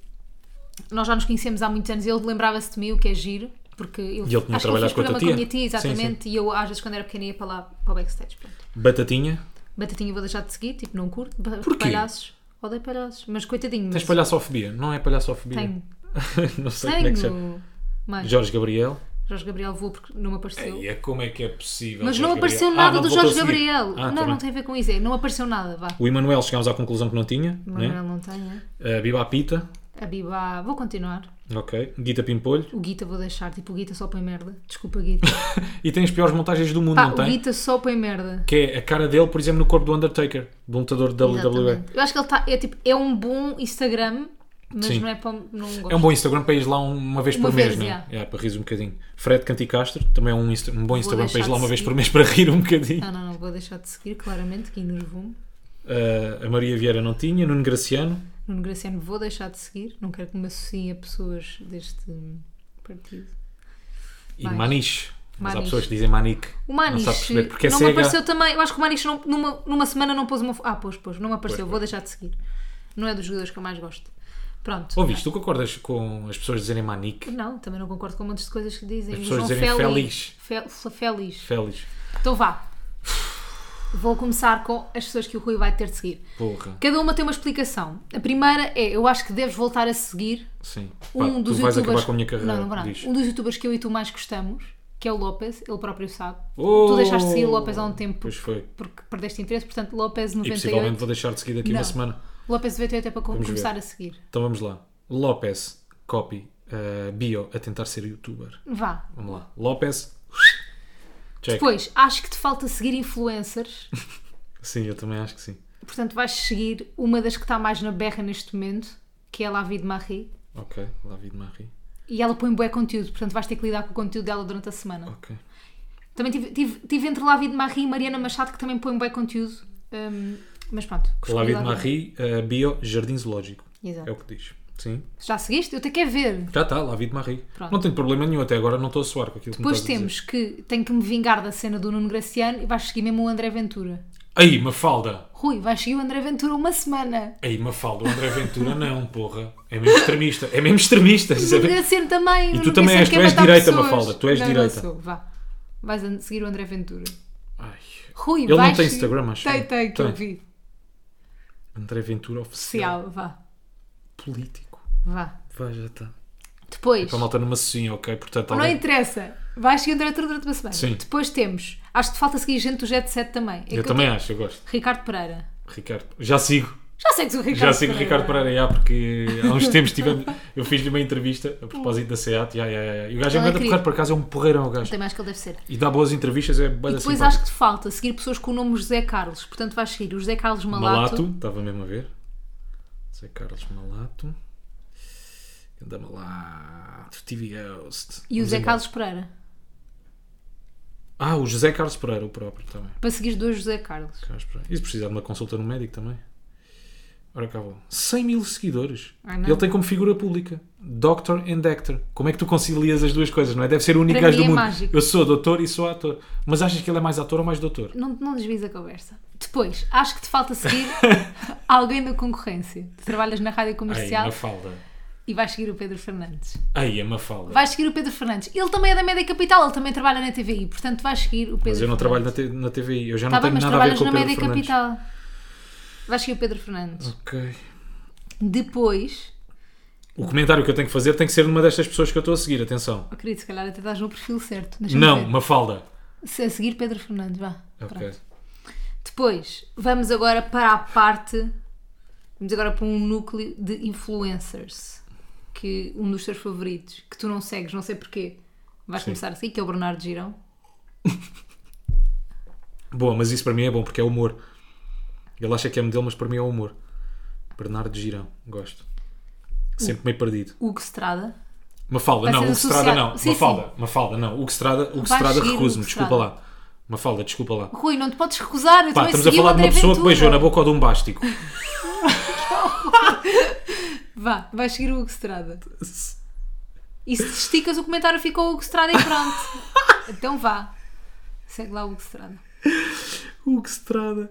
S1: nós já nos conhecemos há muitos anos e ele lembrava-se de mim, o que é giro, porque eu
S2: E ele tinha
S1: acho que ele
S2: trabalhado
S1: fez
S2: com a tua
S1: programa
S2: tia.
S1: com a minha tia,
S2: Sim, sim.
S1: exatamente, e eu às vezes quando era pequena ia para lá para o backstage. Pronto.
S2: Batatinha,
S1: Batatinha vou deixar de seguir, tipo, não curto. Ba-
S2: Porquê?
S1: Palhaços. Odeio palhaços. Mas coitadinho,
S2: tens
S1: mas
S2: palhaçofobia? Não é palhaçofobia?
S1: Tenho.
S2: não sei como é que se chama.
S1: tenho. Mas
S2: Jorge Gabriel.
S1: Jorge Gabriel voou porque não me apareceu.
S2: Ei, é como é que é possível?
S1: Mas
S2: Jorge
S1: não
S2: Gabriel?
S1: apareceu
S2: Ah,
S1: nada
S2: não
S1: do
S2: voltou a
S1: Jorge
S2: seguir.
S1: Gabriel.
S2: Ah, tá
S1: não,
S2: bem.
S1: não tem a ver com isso. é, Não apareceu nada, vá.
S2: O Emanuel chegámos à conclusão que não tinha.
S1: Manuel
S2: Né?
S1: não tem, é?
S2: Uh, Biba à Pita.
S1: A Biba, vou continuar.
S2: Ok. Guita Pimpolho.
S1: O Guita vou deixar, tipo, o Guita só põe merda. Desculpa, Guita.
S2: E tem as piores montagens do mundo,
S1: Pá,
S2: não
S1: o
S2: tem?
S1: Guita só põe merda.
S2: Que é a cara dele, por exemplo, no corpo do Undertaker, do lutador de WWE.
S1: Exatamente. Eu acho que ele está, é tipo, é um bom Instagram, mas
S2: Sim.
S1: não é para. Não gosto.
S2: É um bom Instagram para ir lá uma vez
S1: Uma
S2: por
S1: vez,
S2: mês, não
S1: já.
S2: é? É, para rir um bocadinho. Fred Canticastro, também é um, Insta- um bom Instagram para ir
S1: deixar
S2: lá
S1: de
S2: uma vez
S1: seguir.
S2: por mês para rir um bocadinho.
S1: Não, não, não, vou deixar de seguir, claramente, que enervo-me.
S2: Uh, a Maria Vieira não tinha, Nuno Graciano.
S1: Nuno Graciano vou deixar de seguir, não quero que me associem a pessoas deste partido.
S2: E
S1: Mais.
S2: Maniche. Mas há
S1: Maniche.
S2: pessoas que dizem Manique.
S1: O
S2: Não
S1: Maniche
S2: sabe perceber porque é
S1: não me
S2: cega.
S1: apareceu também. Eu acho que o Maniche não- numa, numa semana não pôs uma. fo- Ah, pôs, pôs, não me apareceu,
S2: Pois,
S1: vou deixar de seguir. Não é dos jogadores que eu mais gosto. Pronto.
S2: Ouviste, tu concordas com as pessoas dizerem Manique?
S1: Não, também não concordo com um monte de coisas que dizem.
S2: As
S1: O
S2: pessoas
S1: João
S2: dizerem
S1: Félix. Fel- Félix.
S2: Félix.
S1: Então vá. Vou começar com as pessoas que o Rui vai ter de seguir.
S2: Porra.
S1: Cada uma tem uma explicação. A primeira é: eu acho que deves voltar a seguir
S2: Sim. Pá,
S1: um dos
S2: tu
S1: youtubers.
S2: vais acabar com a minha carreira.
S1: Não, não vou nada.
S2: diz.
S1: Um dos youtubers que eu e tu mais gostamos, que é o López, ele próprio sabe.
S2: Oh!
S1: Tu deixaste de seguir o López há um tempo
S2: Pois foi.
S1: porque perdeste interesse, portanto, López
S2: E possivelmente
S1: 98.
S2: vou deixar de seguir daqui
S1: Não.
S2: uma semana.
S1: López 98 é para com-
S2: Vamos ver.
S1: começar a seguir.
S2: Então vamos lá. López, copy, eh, bio, a tentar ser youtuber.
S1: Vá.
S2: Vamos lá. López. Check.
S1: Depois, acho que te falta seguir influencers,
S2: Sim, eu também acho que sim.
S1: portanto, vais seguir uma das que está mais na berra neste momento, que é a Lavi de Marie.
S2: Ok, David Marie.
S1: E ela põe bué conteúdo, portanto vais ter que lidar com o conteúdo dela durante a semana.
S2: Ok.
S1: Também tive, tive, tive entre Lavi de Marie e Mariana Machado, que também põe bué conteúdo. hum, mas pronto. escolhi
S2: David
S1: Lavi.
S2: Marie, eh, bio, jardim zoológico.
S1: Exato.
S2: É o que diz. Sim.
S1: Já seguiste? Eu até quero ver.
S2: Já está, David Marie.
S1: Pronto.
S2: Não tenho problema nenhum, até agora não estou a soar com aquilo que me
S1: Depois
S2: estás a dizer.
S1: temos que tenho que me vingar da cena do Nuno Graciano e vais seguir mesmo o André Ventura.
S2: Aí, Mafalda!
S1: Rui, vais seguir o André Ventura uma semana.
S2: Aí, Mafalda, o André Ventura não, porra. É mesmo extremista. É mesmo extremista.
S1: O Nuno
S2: sabe?
S1: Graciano também. o
S2: tu
S1: Nuno
S2: também
S1: Graciano
S2: és-
S1: quer
S2: tu és
S1: matar
S2: direita,
S1: pessoas.
S2: Mafalda, tu és
S1: Não,
S2: direita.
S1: Não sou, vá. Vais a seguir o André Ventura.
S2: Ai,
S1: Rui,
S2: Ele não
S1: vais
S2: tem
S1: seguir-
S2: Instagram, acho
S1: Tem,
S2: eu.
S1: tem, que eu
S2: Tem.
S1: vi.
S2: André Ventura oficial.
S1: Social, vá.
S2: Político.
S1: Vá.
S2: Vai, já está.
S1: Depois.
S2: Para a Então malta numa sozinha, ok? Portanto,
S1: Não
S2: alguém-
S1: interessa. Vais seguir o André Ventura durante uma semana.
S2: Sim.
S1: Depois temos. Acho que te falta seguir gente do Jet 7 também. É que
S2: eu também acho, eu gosto.
S1: tenho- Ricardo Pereira.
S2: Ricardo, já sigo,
S1: Já segues o Ricardo
S2: já sigo o Ricardo Pereira, é já, porque há uns tempos tivemos, eu fiz-lhe uma entrevista a propósito da SEAT, já, já, já. E
S1: Ele é
S2: o gajo é um grande
S1: querido.
S2: porreiro, por acaso é um porreirão o gajo.
S1: Também acho que ele deve ser.
S2: E dá boas entrevistas, é bem
S1: E depois acho que te falta seguir pessoas com o nome José Carlos. Portanto, vais seguir o José Carlos Malato.
S2: Malato, estava mesmo a ver. Zé Carlos Malato. Anda Malato, TV Ghost.
S1: E o
S2: Vamos
S1: José
S2: embora.
S1: Carlos Pereira.
S2: Ah, o José Carlos Pereira, o próprio também.
S1: Para seguir dois José Carlos.
S2: Carlos Pereira. E se precisar de uma consulta no médico também? Ora cá vou. 100 mil seguidores.
S1: Ai, Ah, não.
S2: Ele tem como figura pública. Doctor and actor. Como é que tu concilias as duas coisas, não é? Deve ser o único
S1: Para
S2: gajo
S1: mim
S2: do
S1: é
S2: mundo.
S1: mágico.
S2: Eu sou doutor e sou ator. Mas achas que ele é mais ator ou mais doutor?
S1: Não, não desvies a conversa. Depois, acho que te falta seguir alguém da concorrência. Tu trabalhas na rádio
S2: Ai,
S1: comercial
S2: Mafalda.
S1: e vais seguir o Pedro Fernandes.
S2: Ai, a Mafalda.
S1: Vais seguir o Pedro Fernandes. Ele também é da Média Capital, ele também trabalha na TVI. Portanto, vais seguir o Pedro
S2: Mas eu não
S1: Fernandes.
S2: trabalho na, T- na TVI. Eu já
S1: Tá
S2: não
S1: bem,
S2: tenho
S1: mas
S2: nada a ver
S1: trabalhas
S2: com o
S1: na
S2: Pedro
S1: Média
S2: Fernandes.
S1: Capital. Vais seguir o Pedro Fernandes.
S2: Ok.
S1: Depois,
S2: O comentário que eu tenho que fazer tem que ser numa destas pessoas que eu estou a seguir. Atenção.
S1: oh, querido, se calhar até estás no perfil certo. Deixa-me
S2: Não,
S1: ver.
S2: Mafalda.
S1: Se a seguir Pedro Fernandes, vá.
S2: Ok.
S1: Pronto. Depois, vamos agora para a parte. Vamos agora para um núcleo de influencers. Que um dos teus favoritos, que tu não segues, não sei porquê, vais começar a seguir, que é o Bernardo Girão.
S2: Boa, mas isso para mim é bom porque é humor. Ele acha que é modelo, mas para mim é humor. Bernardo Girão, gosto. Sempre meio perdido.
S1: Hugo Strada.
S2: Mafalda,
S1: Vai
S2: não,
S1: ser
S2: Hugo Strada
S1: associado.
S2: não.
S1: Sim,
S2: Mafalda, Mafalda, não. Hugo Strada, Hugo
S1: Vai
S2: Strada
S1: seguir o Então
S2: recuso-me,
S1: Hugo
S2: desculpa
S1: Strada.
S2: lá. Mafalda, desculpa lá.
S1: Rui, não te podes recusar, eu
S2: Pá,
S1: também
S2: estamos a
S1: segui o
S2: falar de uma
S1: André
S2: pessoa que
S1: Ventura.
S2: beijou na boca ou de um bástico.
S1: Vá, vais seguir o Hugo Strada. E se te esticas o comentário, ficou o Hugo Strada e pronto. então vá. Segue lá o Hugo Strada.
S2: Hugo Estrada.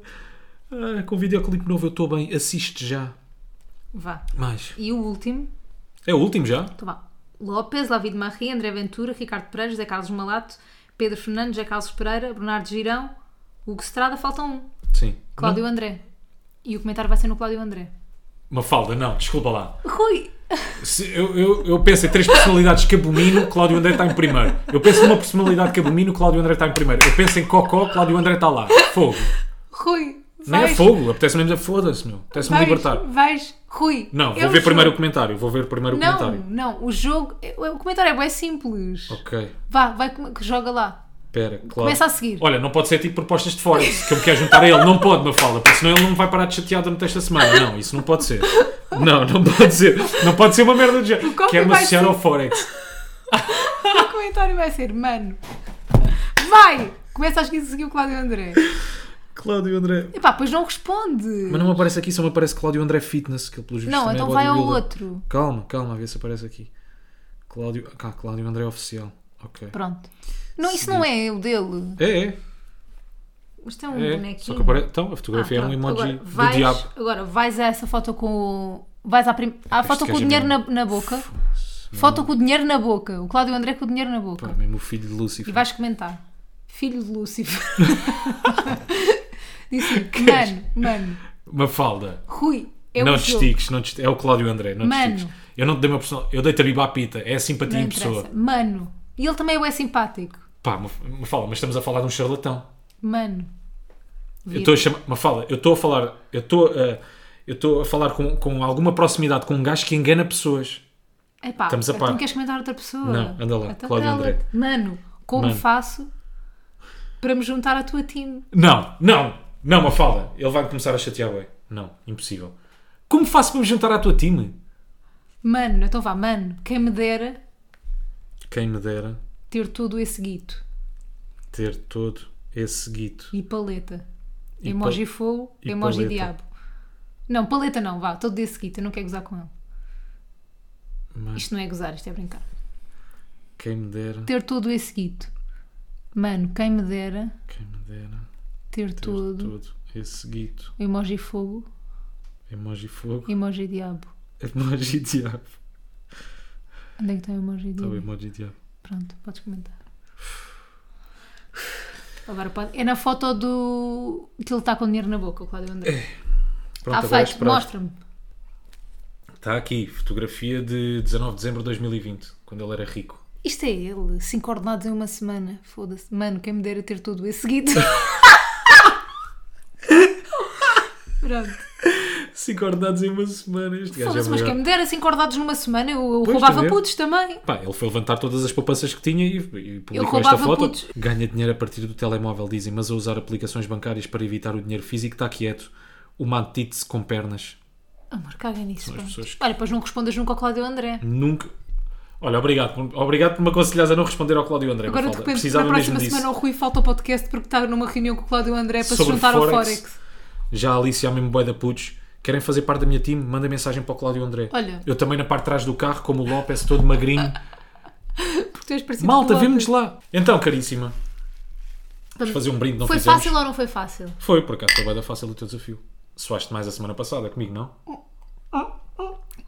S2: Ah, com videoclipe novo eu estou bem. Assiste já.
S1: Vá.
S2: Mais.
S1: E o último,
S2: É o último já?
S1: então vá. López, David Marie, André Ventura, Ricardo Pereira, José Carlos Malato, Pedro Fernandes, José Carlos Pereira, Bernardo Girão, Hugo Estrada, falta um.
S2: Sim.
S1: Cláudio André. E o comentário vai ser no Cláudio André.
S2: Não? Mafalda, não. Desculpa lá.
S1: Rui!
S2: Se- eu, eu, eu penso em três personalidades que abomino, Cláudio André está em primeiro. Eu penso numa personalidade que abomino, Cláudio André está em primeiro. Eu penso em Cocó, Cláudio André está lá. Fogo.
S1: Rui!
S2: Nem
S1: Vais,
S2: é fogo. Apetece-me mesmo dizer, foda-se, meu. Apetece-me
S1: vais,
S2: libertar.
S1: Vais, Rui!
S2: Não,
S1: é
S2: vou
S1: o
S2: ver
S1: jogo.
S2: primeiro o comentário. Vou ver primeiro o
S1: Não,
S2: comentário.
S1: não, o jogo. é- O comentário é bem simples.
S2: Ok.
S1: Vá, vai, com- que joga lá.
S2: Espera, claro.
S1: Começa a seguir.
S2: Olha, não pode ser tipo propostas de fora, que eu me quero juntar a ele. Não pode, Mafalda, porque senão ele não vai parar de chatear durante esta semana. Não, isso não pode ser. Não, não pode ser. Não pode ser uma merda de género.
S1: copy
S2: Quero-me
S1: vai
S2: associar
S1: ser-
S2: ao Forex.
S1: O comentário vai ser, mano. Vai! Começa a seguir o Cláudio André.
S2: Cláudio André.
S1: Epá, pois não responde.
S2: Mas não me aparece aqui, só me aparece Cláudio André Fitness, que ele pelos vistos
S1: Não,
S2: também é
S1: então vai ao
S2: bodybuilder.
S1: outro.
S2: Calma, calma, a ver se aparece aqui. Cláudio. Cá, Cláudio André Oficial. Ok.
S1: Pronto. Não, isso não é o dele.
S2: É, é.
S1: Isto é um
S2: é.
S1: bonequinho.
S2: Só que aparece. Então, a
S1: Ah,
S2: fotografia é
S1: pronto.
S2: um emoji
S1: agora,
S2: do
S1: vais,
S2: diabo.
S1: Agora, vais a essa foto com o. Vais à, prim... à foto com o
S2: gajo é
S1: dinheiro na,
S2: mesmo-
S1: na boca. Foto com o dinheiro na boca. O Cláudio André com o dinheiro na boca.
S2: Pá, mesmo o filho de
S1: E
S2: Lúcifer.
S1: vais comentar. Filho de Lúcifer. Disse, mano, mano,
S2: Mafalda.
S1: Rui, é
S2: não
S1: o
S2: te
S1: jogo.
S2: estiques, não te estiques. É o Cláudio André, não
S1: Mano.
S2: te estiques. Eu não te dei uma personal. Eu dei-te a biba à pita. É a simpatia
S1: Não
S2: em pessoa.
S1: interessa. Mano. E ele também é bué simpático.
S2: Pá, me, me fala, mas estamos a falar de um charlatão.
S1: Mano.
S2: Eu
S1: Vira.
S2: estou a chamar. Me fala, eu estou a falar. Eu estou a. Eu estou a falar com, com alguma proximidade com um gajo que engana pessoas.
S1: Epá,
S2: Estamos a
S1: então
S2: par.
S1: queres comentar outra pessoa?
S2: Não, anda lá,
S1: Então
S2: Cláudio
S1: cala-te.
S2: André.
S1: Mano, como
S2: Mano.
S1: faço para me juntar à tua time?
S2: Não, não, não, me fala. Ele vai começar a chatear bem. Não, impossível. Como faço para me juntar à tua time?
S1: Mano, então vá, mano, quem me dera
S2: Quem me dera
S1: ter todo esse guito
S2: ter todo esse guito.
S1: e paleta.
S2: E
S1: emoji
S2: pal-
S1: fogo,
S2: e
S1: emoji
S2: paleta.
S1: diabo. Não, paleta não, vá, todo esse guito, eu não quero gozar com ele.
S2: Mas
S1: Isto não é gozar, isto é brincar.
S2: quem me dera,
S1: Ter todo esse guito. Mano, quem me dera
S2: quem me dera
S1: ter,
S2: ter
S1: todo,
S2: todo esse guito.
S1: emoji fogo,
S2: Emoji fogo.
S1: emoji diabo.
S2: Emoji diabo.
S1: Onde é que está o emoji
S2: Tá o
S1: diabo?
S2: emoji diabo.
S1: Pronto, podes comentar. Agora pode. É na foto do. que ele está com dinheiro na boca, o Cláudio André.
S2: É. Pronto,
S1: Está feito, mostra-me.
S2: Está aqui, fotografia de 19 de dezembro de 2020, quando ele era rico.
S1: Isto é ele, cinco ordenados em uma semana. Foda-se. Mano, quem me dera ter tudo esse seguido. Pronto.
S2: 5 ordenados em uma semana. Este gajo é
S1: Foda-se, mas quem
S2: maior.
S1: me dera cinco ordenados numa semana, eu, eu
S2: Pois,
S1: roubava
S2: também.
S1: putos também.
S2: Pá, ele foi levantar todas as poupanças que tinha e, e publicou
S1: roubava
S2: esta foto.
S1: putos.
S2: Ganha dinheiro a partir do telemóvel, dizem, mas a usar aplicações bancárias para evitar o dinheiro físico está quieto. Uma antítese com pernas.
S1: Amor, caga nisso.
S2: São as
S1: pronto.
S2: pessoas que-
S1: Olha, pois não respondas nunca ao Cláudio André.
S2: Nunca. Olha, obrigado. por- Obrigado por me aconselhares a não responder ao Cláudio André.
S1: Agora de
S2: Mafalda.
S1: repente, na
S2: Precisava
S1: próxima
S2: mesmo disso.
S1: semana, o Rui falta ao podcast porque está numa reunião com o Cláudio André para se
S2: Sobre
S1: juntar ao
S2: Forex.
S1: Forex.
S2: Já a Alice e a mesmo boi da putos. Querem fazer parte da minha time? Manda mensagem para o Cláudio André.
S1: Olha. Tipo
S2: Eu também na parte de trás do carro, como o Lopes, todo magrinho.
S1: Porque tu és parecido com o
S2: Malta,
S1: Lopes.
S2: vemo-nos lá. Então, caríssima,
S1: Vamos-
S2: fazer um brinde, não
S1: Foi
S2: fizemos.
S1: fácil ou não foi fácil?
S2: Foi, por acaso, foi bem fácil o teu desafio. Soaste mais a semana passada comigo, não?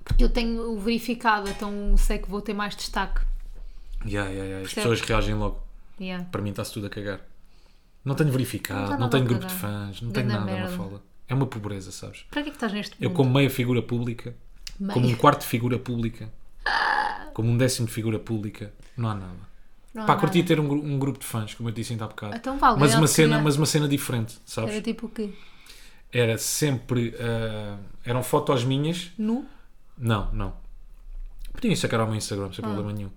S1: Porque eu tenho o verificado, então sei que vou ter mais destaque.
S2: Ya, ya, ya. As
S1: Percebo.
S2: pessoas reagem logo.
S1: Yeah.
S2: Para mim está-se tudo a cagar. Não tenho verificado,
S1: Não
S2: não,
S1: tá nada
S2: tenho
S1: a
S2: grupo de
S1: cagar.
S2: fãs, não tenho
S1: Ganda
S2: nada, uma
S1: merda.
S2: fala. É uma pobreza, sabes?
S1: Para que é que estás neste
S2: Eu,
S1: mundo?
S2: como meia figura pública,
S1: Meia.
S2: como um quarto de figura pública, como um décimo de figura pública, não há nada.
S1: Não há
S2: Pá,
S1: nada.
S2: curti ter um, gru- um grupo de fãs, como eu disse ainda há bocado.
S1: Então vá,
S2: mas,
S1: ganhar
S2: uma cena,
S1: oportunidade.
S2: mas uma cena diferente,
S1: Era
S2: sabes?
S1: tipo o quê?
S2: Era sempre. ah, eram fotos minhas.
S1: Nu?
S2: Não, não. Podiam sacar ao meu Instagram,
S1: Hum.
S2: sem problema nenhum.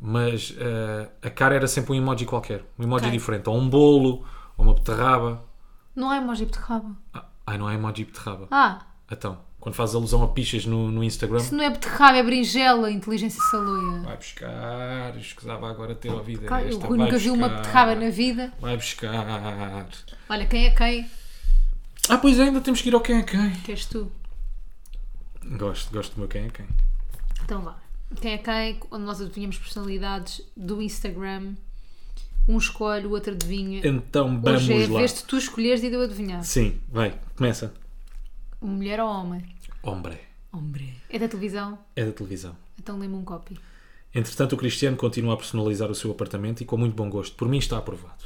S2: Mas ah, a cara era sempre um emoji qualquer. Um emoji
S1: Ok.
S2: diferente. Ou um bolo, ou uma beterraba.
S1: Não há emoji de beterraba.
S2: Ah, ai, não é emoji beterraba.
S1: Ah,
S2: Então, quando fazes alusão a pichas no, no Instagram.
S1: se não é beterraba, é berinjela, inteligência saloia.
S2: Vai buscar, escusava agora ter ouvido
S1: Claro, o
S2: esta.
S1: Rui
S2: vai
S1: nunca viu uma
S2: buscar,
S1: beterraba na vida.
S2: Vai buscar.
S1: Olha, quem é quem?
S2: Ah, pois é, ainda temos que ir ao quem é quem.
S1: Que és tu.
S2: Gosto, gosto do meu quem é quem.
S1: Então vá. Quem é quem? Onde nós adivinhamos personalidades do Instagram Um escolhe, o outro adivinha.
S2: Então
S1: Hoje é
S2: vamos
S1: a
S2: lá.
S1: vez de tu escolheres e de eu adivinhar.
S2: Sim, vai, começa.
S1: Mulher ou homem?
S2: Hombre,
S1: Hombre. É da televisão?
S2: é da televisão.
S1: Então lê-me um copy.
S2: Entretanto, o Cristiano continua a personalizar o seu apartamento e com muito bom gosto. Por mim está aprovado.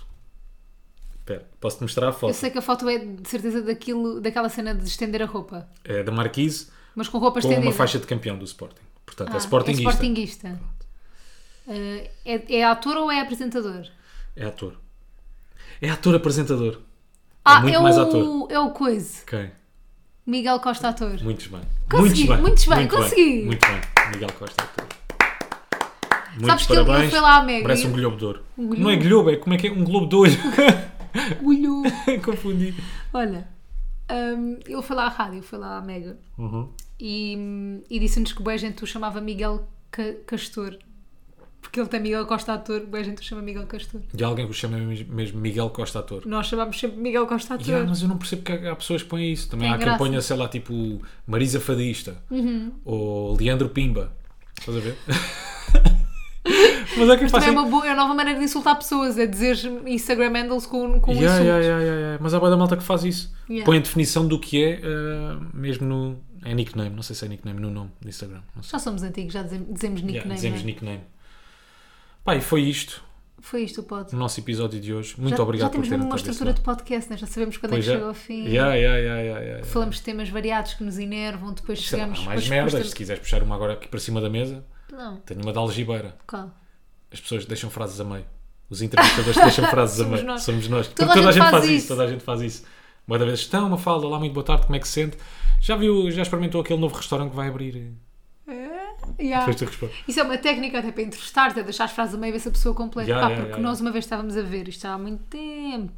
S2: Espera, posso-te mostrar a
S1: Eu
S2: foto?
S1: sei que a foto é de certeza daquilo, daquela cena de estender a roupa.
S2: É da Marquise
S1: Mas com roupa
S2: com
S1: estendida.
S2: uma faixa de campeão do Sporting. Portanto,
S1: Ah,
S2: é Sportingista.
S1: É, sportinguista. Ah, é, é ator ou é apresentador?
S2: É ator. É ator apresentador.
S1: Ah,
S2: muito
S1: é,
S2: mais
S1: o,
S2: ator.
S1: é o Coise.
S2: Ok.
S1: Miguel Costa, ator.
S2: Muitos bem.
S1: Consegui, muitos bem,
S2: Muito
S1: consegui.
S2: Muito bem. Miguel Costa, é ator. Muitos
S1: Sabes que ele- ele foi lá à Mega
S2: Parece
S1: e-
S2: um globo de ouro.
S1: Um globo.
S2: Não é globo, é como é que é? Um globo de olho.
S1: Olhou.
S2: Confundi.
S1: Olha, hum, ele foi lá à rádio, foi lá à Mega
S2: Uhum.
S1: e, e disse-nos que boa gente o chamava Miguel Ca- Castor. Porque ele tem Miguel Costa ator, boa gente o chama Miguel Castor.
S2: De alguém que o chama mes- mesmo Miguel Costa, ator.
S1: Nós chamámos sempre Miguel Costa ator.
S2: Yeah, mas eu não percebo que há há pessoas que põem isso. Também
S1: Tem
S2: há quem
S1: graça. Uhum.
S2: ponha, sei lá, tipo Marisa Fadista ou Leandro Pimba. Estás a ver? mas há quem faça
S1: Também é uma, boa, é uma nova maneira de insultar pessoas, é dizer Instagram handles com, com insultos.
S2: Yeah, yeah, yeah, yeah, yeah. Mas há boa da malta que faz isso.
S1: Yeah.
S2: Põe a definição do que é eh, mesmo no. É nickname, não sei se é nickname no nome do Instagram. Não sei.
S1: Já somos antigos, já dizem- dizemos nickname.
S2: Yeah,
S1: não
S2: dizemos
S1: é?
S2: nickname. Pá, e foi isto
S1: Foi isto o pod.
S2: o nosso episódio de hoje. Muito
S1: já,
S2: obrigado
S1: já temos
S2: por terem
S1: uma
S2: estado desse
S1: estrutura
S2: lado.
S1: de podcast, né? já sabemos quando
S2: Pois
S1: é que
S2: é.
S1: chega ao fim.
S2: Yeah, yeah, yeah, yeah, yeah.
S1: Falamos de temas variados que nos enervam, depois
S2: Sei lá,
S1: chegamos.
S2: há mais
S1: depois-
S2: merdas.
S1: depois
S2: Se quiseres puxar uma agora aqui para cima da mesa,
S1: temos- Não,
S2: tenho uma da algibeira.
S1: qual?
S2: As pessoas deixam frases a meio. Os entrevistadores deixam frases a
S1: Somos
S2: meio.
S1: nós.
S2: Somos nós.
S1: Toda
S2: Porque
S1: a gente faz isso.
S2: Toda a gente faz isso. Boa da vez. Estão, uma falda. Olá, muito boa tarde. Como é que se sente? Já viu, já experimentou aquele novo restaurante que vai abrir?
S1: Yeah.
S2: Foi a tua resposta.
S1: Isso é uma técnica até para entrevistar-te, é deixar as frases a meio e ver se a pessoa completa.
S2: Yeah,
S1: Pá,
S2: yeah,
S1: porque
S2: yeah,
S1: nós uma vez estávamos a ver, isto há muito tempo,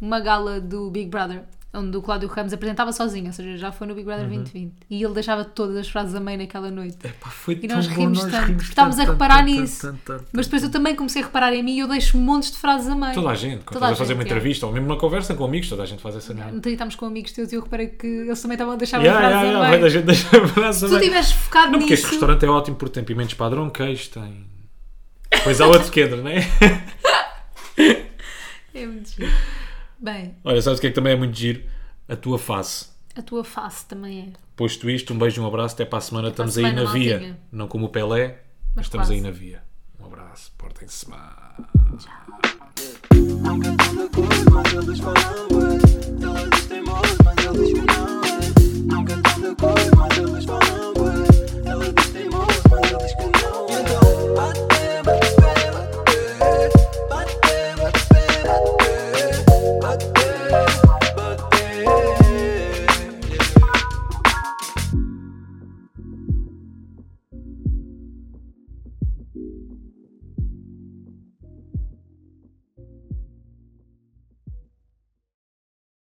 S1: uma gala do Big Brother, onde o Cláudio Ramos apresentava sozinho, ou seja, já foi no Big Brother
S2: Uhum.
S1: 2020. E ele deixava todas as frases a meio naquela noite.
S2: Pá, foi
S1: E
S2: tão
S1: nós
S2: bom,
S1: rimos
S2: nós
S1: tanto,
S2: rimos
S1: estávamos
S2: tanto,
S1: a reparar
S2: tanto,
S1: nisso.
S2: tanto, tanto, tanto.
S1: Mas depois eu também comecei a reparar em mim e eu deixo montes de frases a meio.
S2: Toda a gente, quando
S1: Toda a
S2: estás a fazer
S1: gente, é.
S2: uma
S1: yeah.
S2: entrevista ou mesmo uma conversa com amigos, toda a gente faz essa merda.
S1: Ontem estávamos com amigos teus e eu reparei que eles também estavam a deixar
S2: Yeah,
S1: as frases
S2: yeah, yeah,
S1: a
S2: vai
S1: meio.
S2: da gente deixar a frase a
S1: Se tu
S2: meio.
S1: tivesse focado
S2: Não, porque este
S1: nisso,
S2: restaurante é ótimo porque tem pimentos padrão, queijo, tem. Pois há outro que entra, não é?
S1: é muito giro. Bem,
S2: Olha, sabes o que é que também é muito giro? A tua face.
S1: a tua face também é.
S2: Posto isto, um beijo e um abraço. Até para a semana.
S1: para a
S2: Estamos
S1: semana,
S2: aí na via.
S1: maltinha.
S2: Não como o Pelé,
S1: Mas
S2: mas, estamos aí
S1: quase.
S2: na via. Um abraço. Portem-se mal.
S3: Não cantando cor, mas eles falam bué. Elas dizem moço, mas eles que não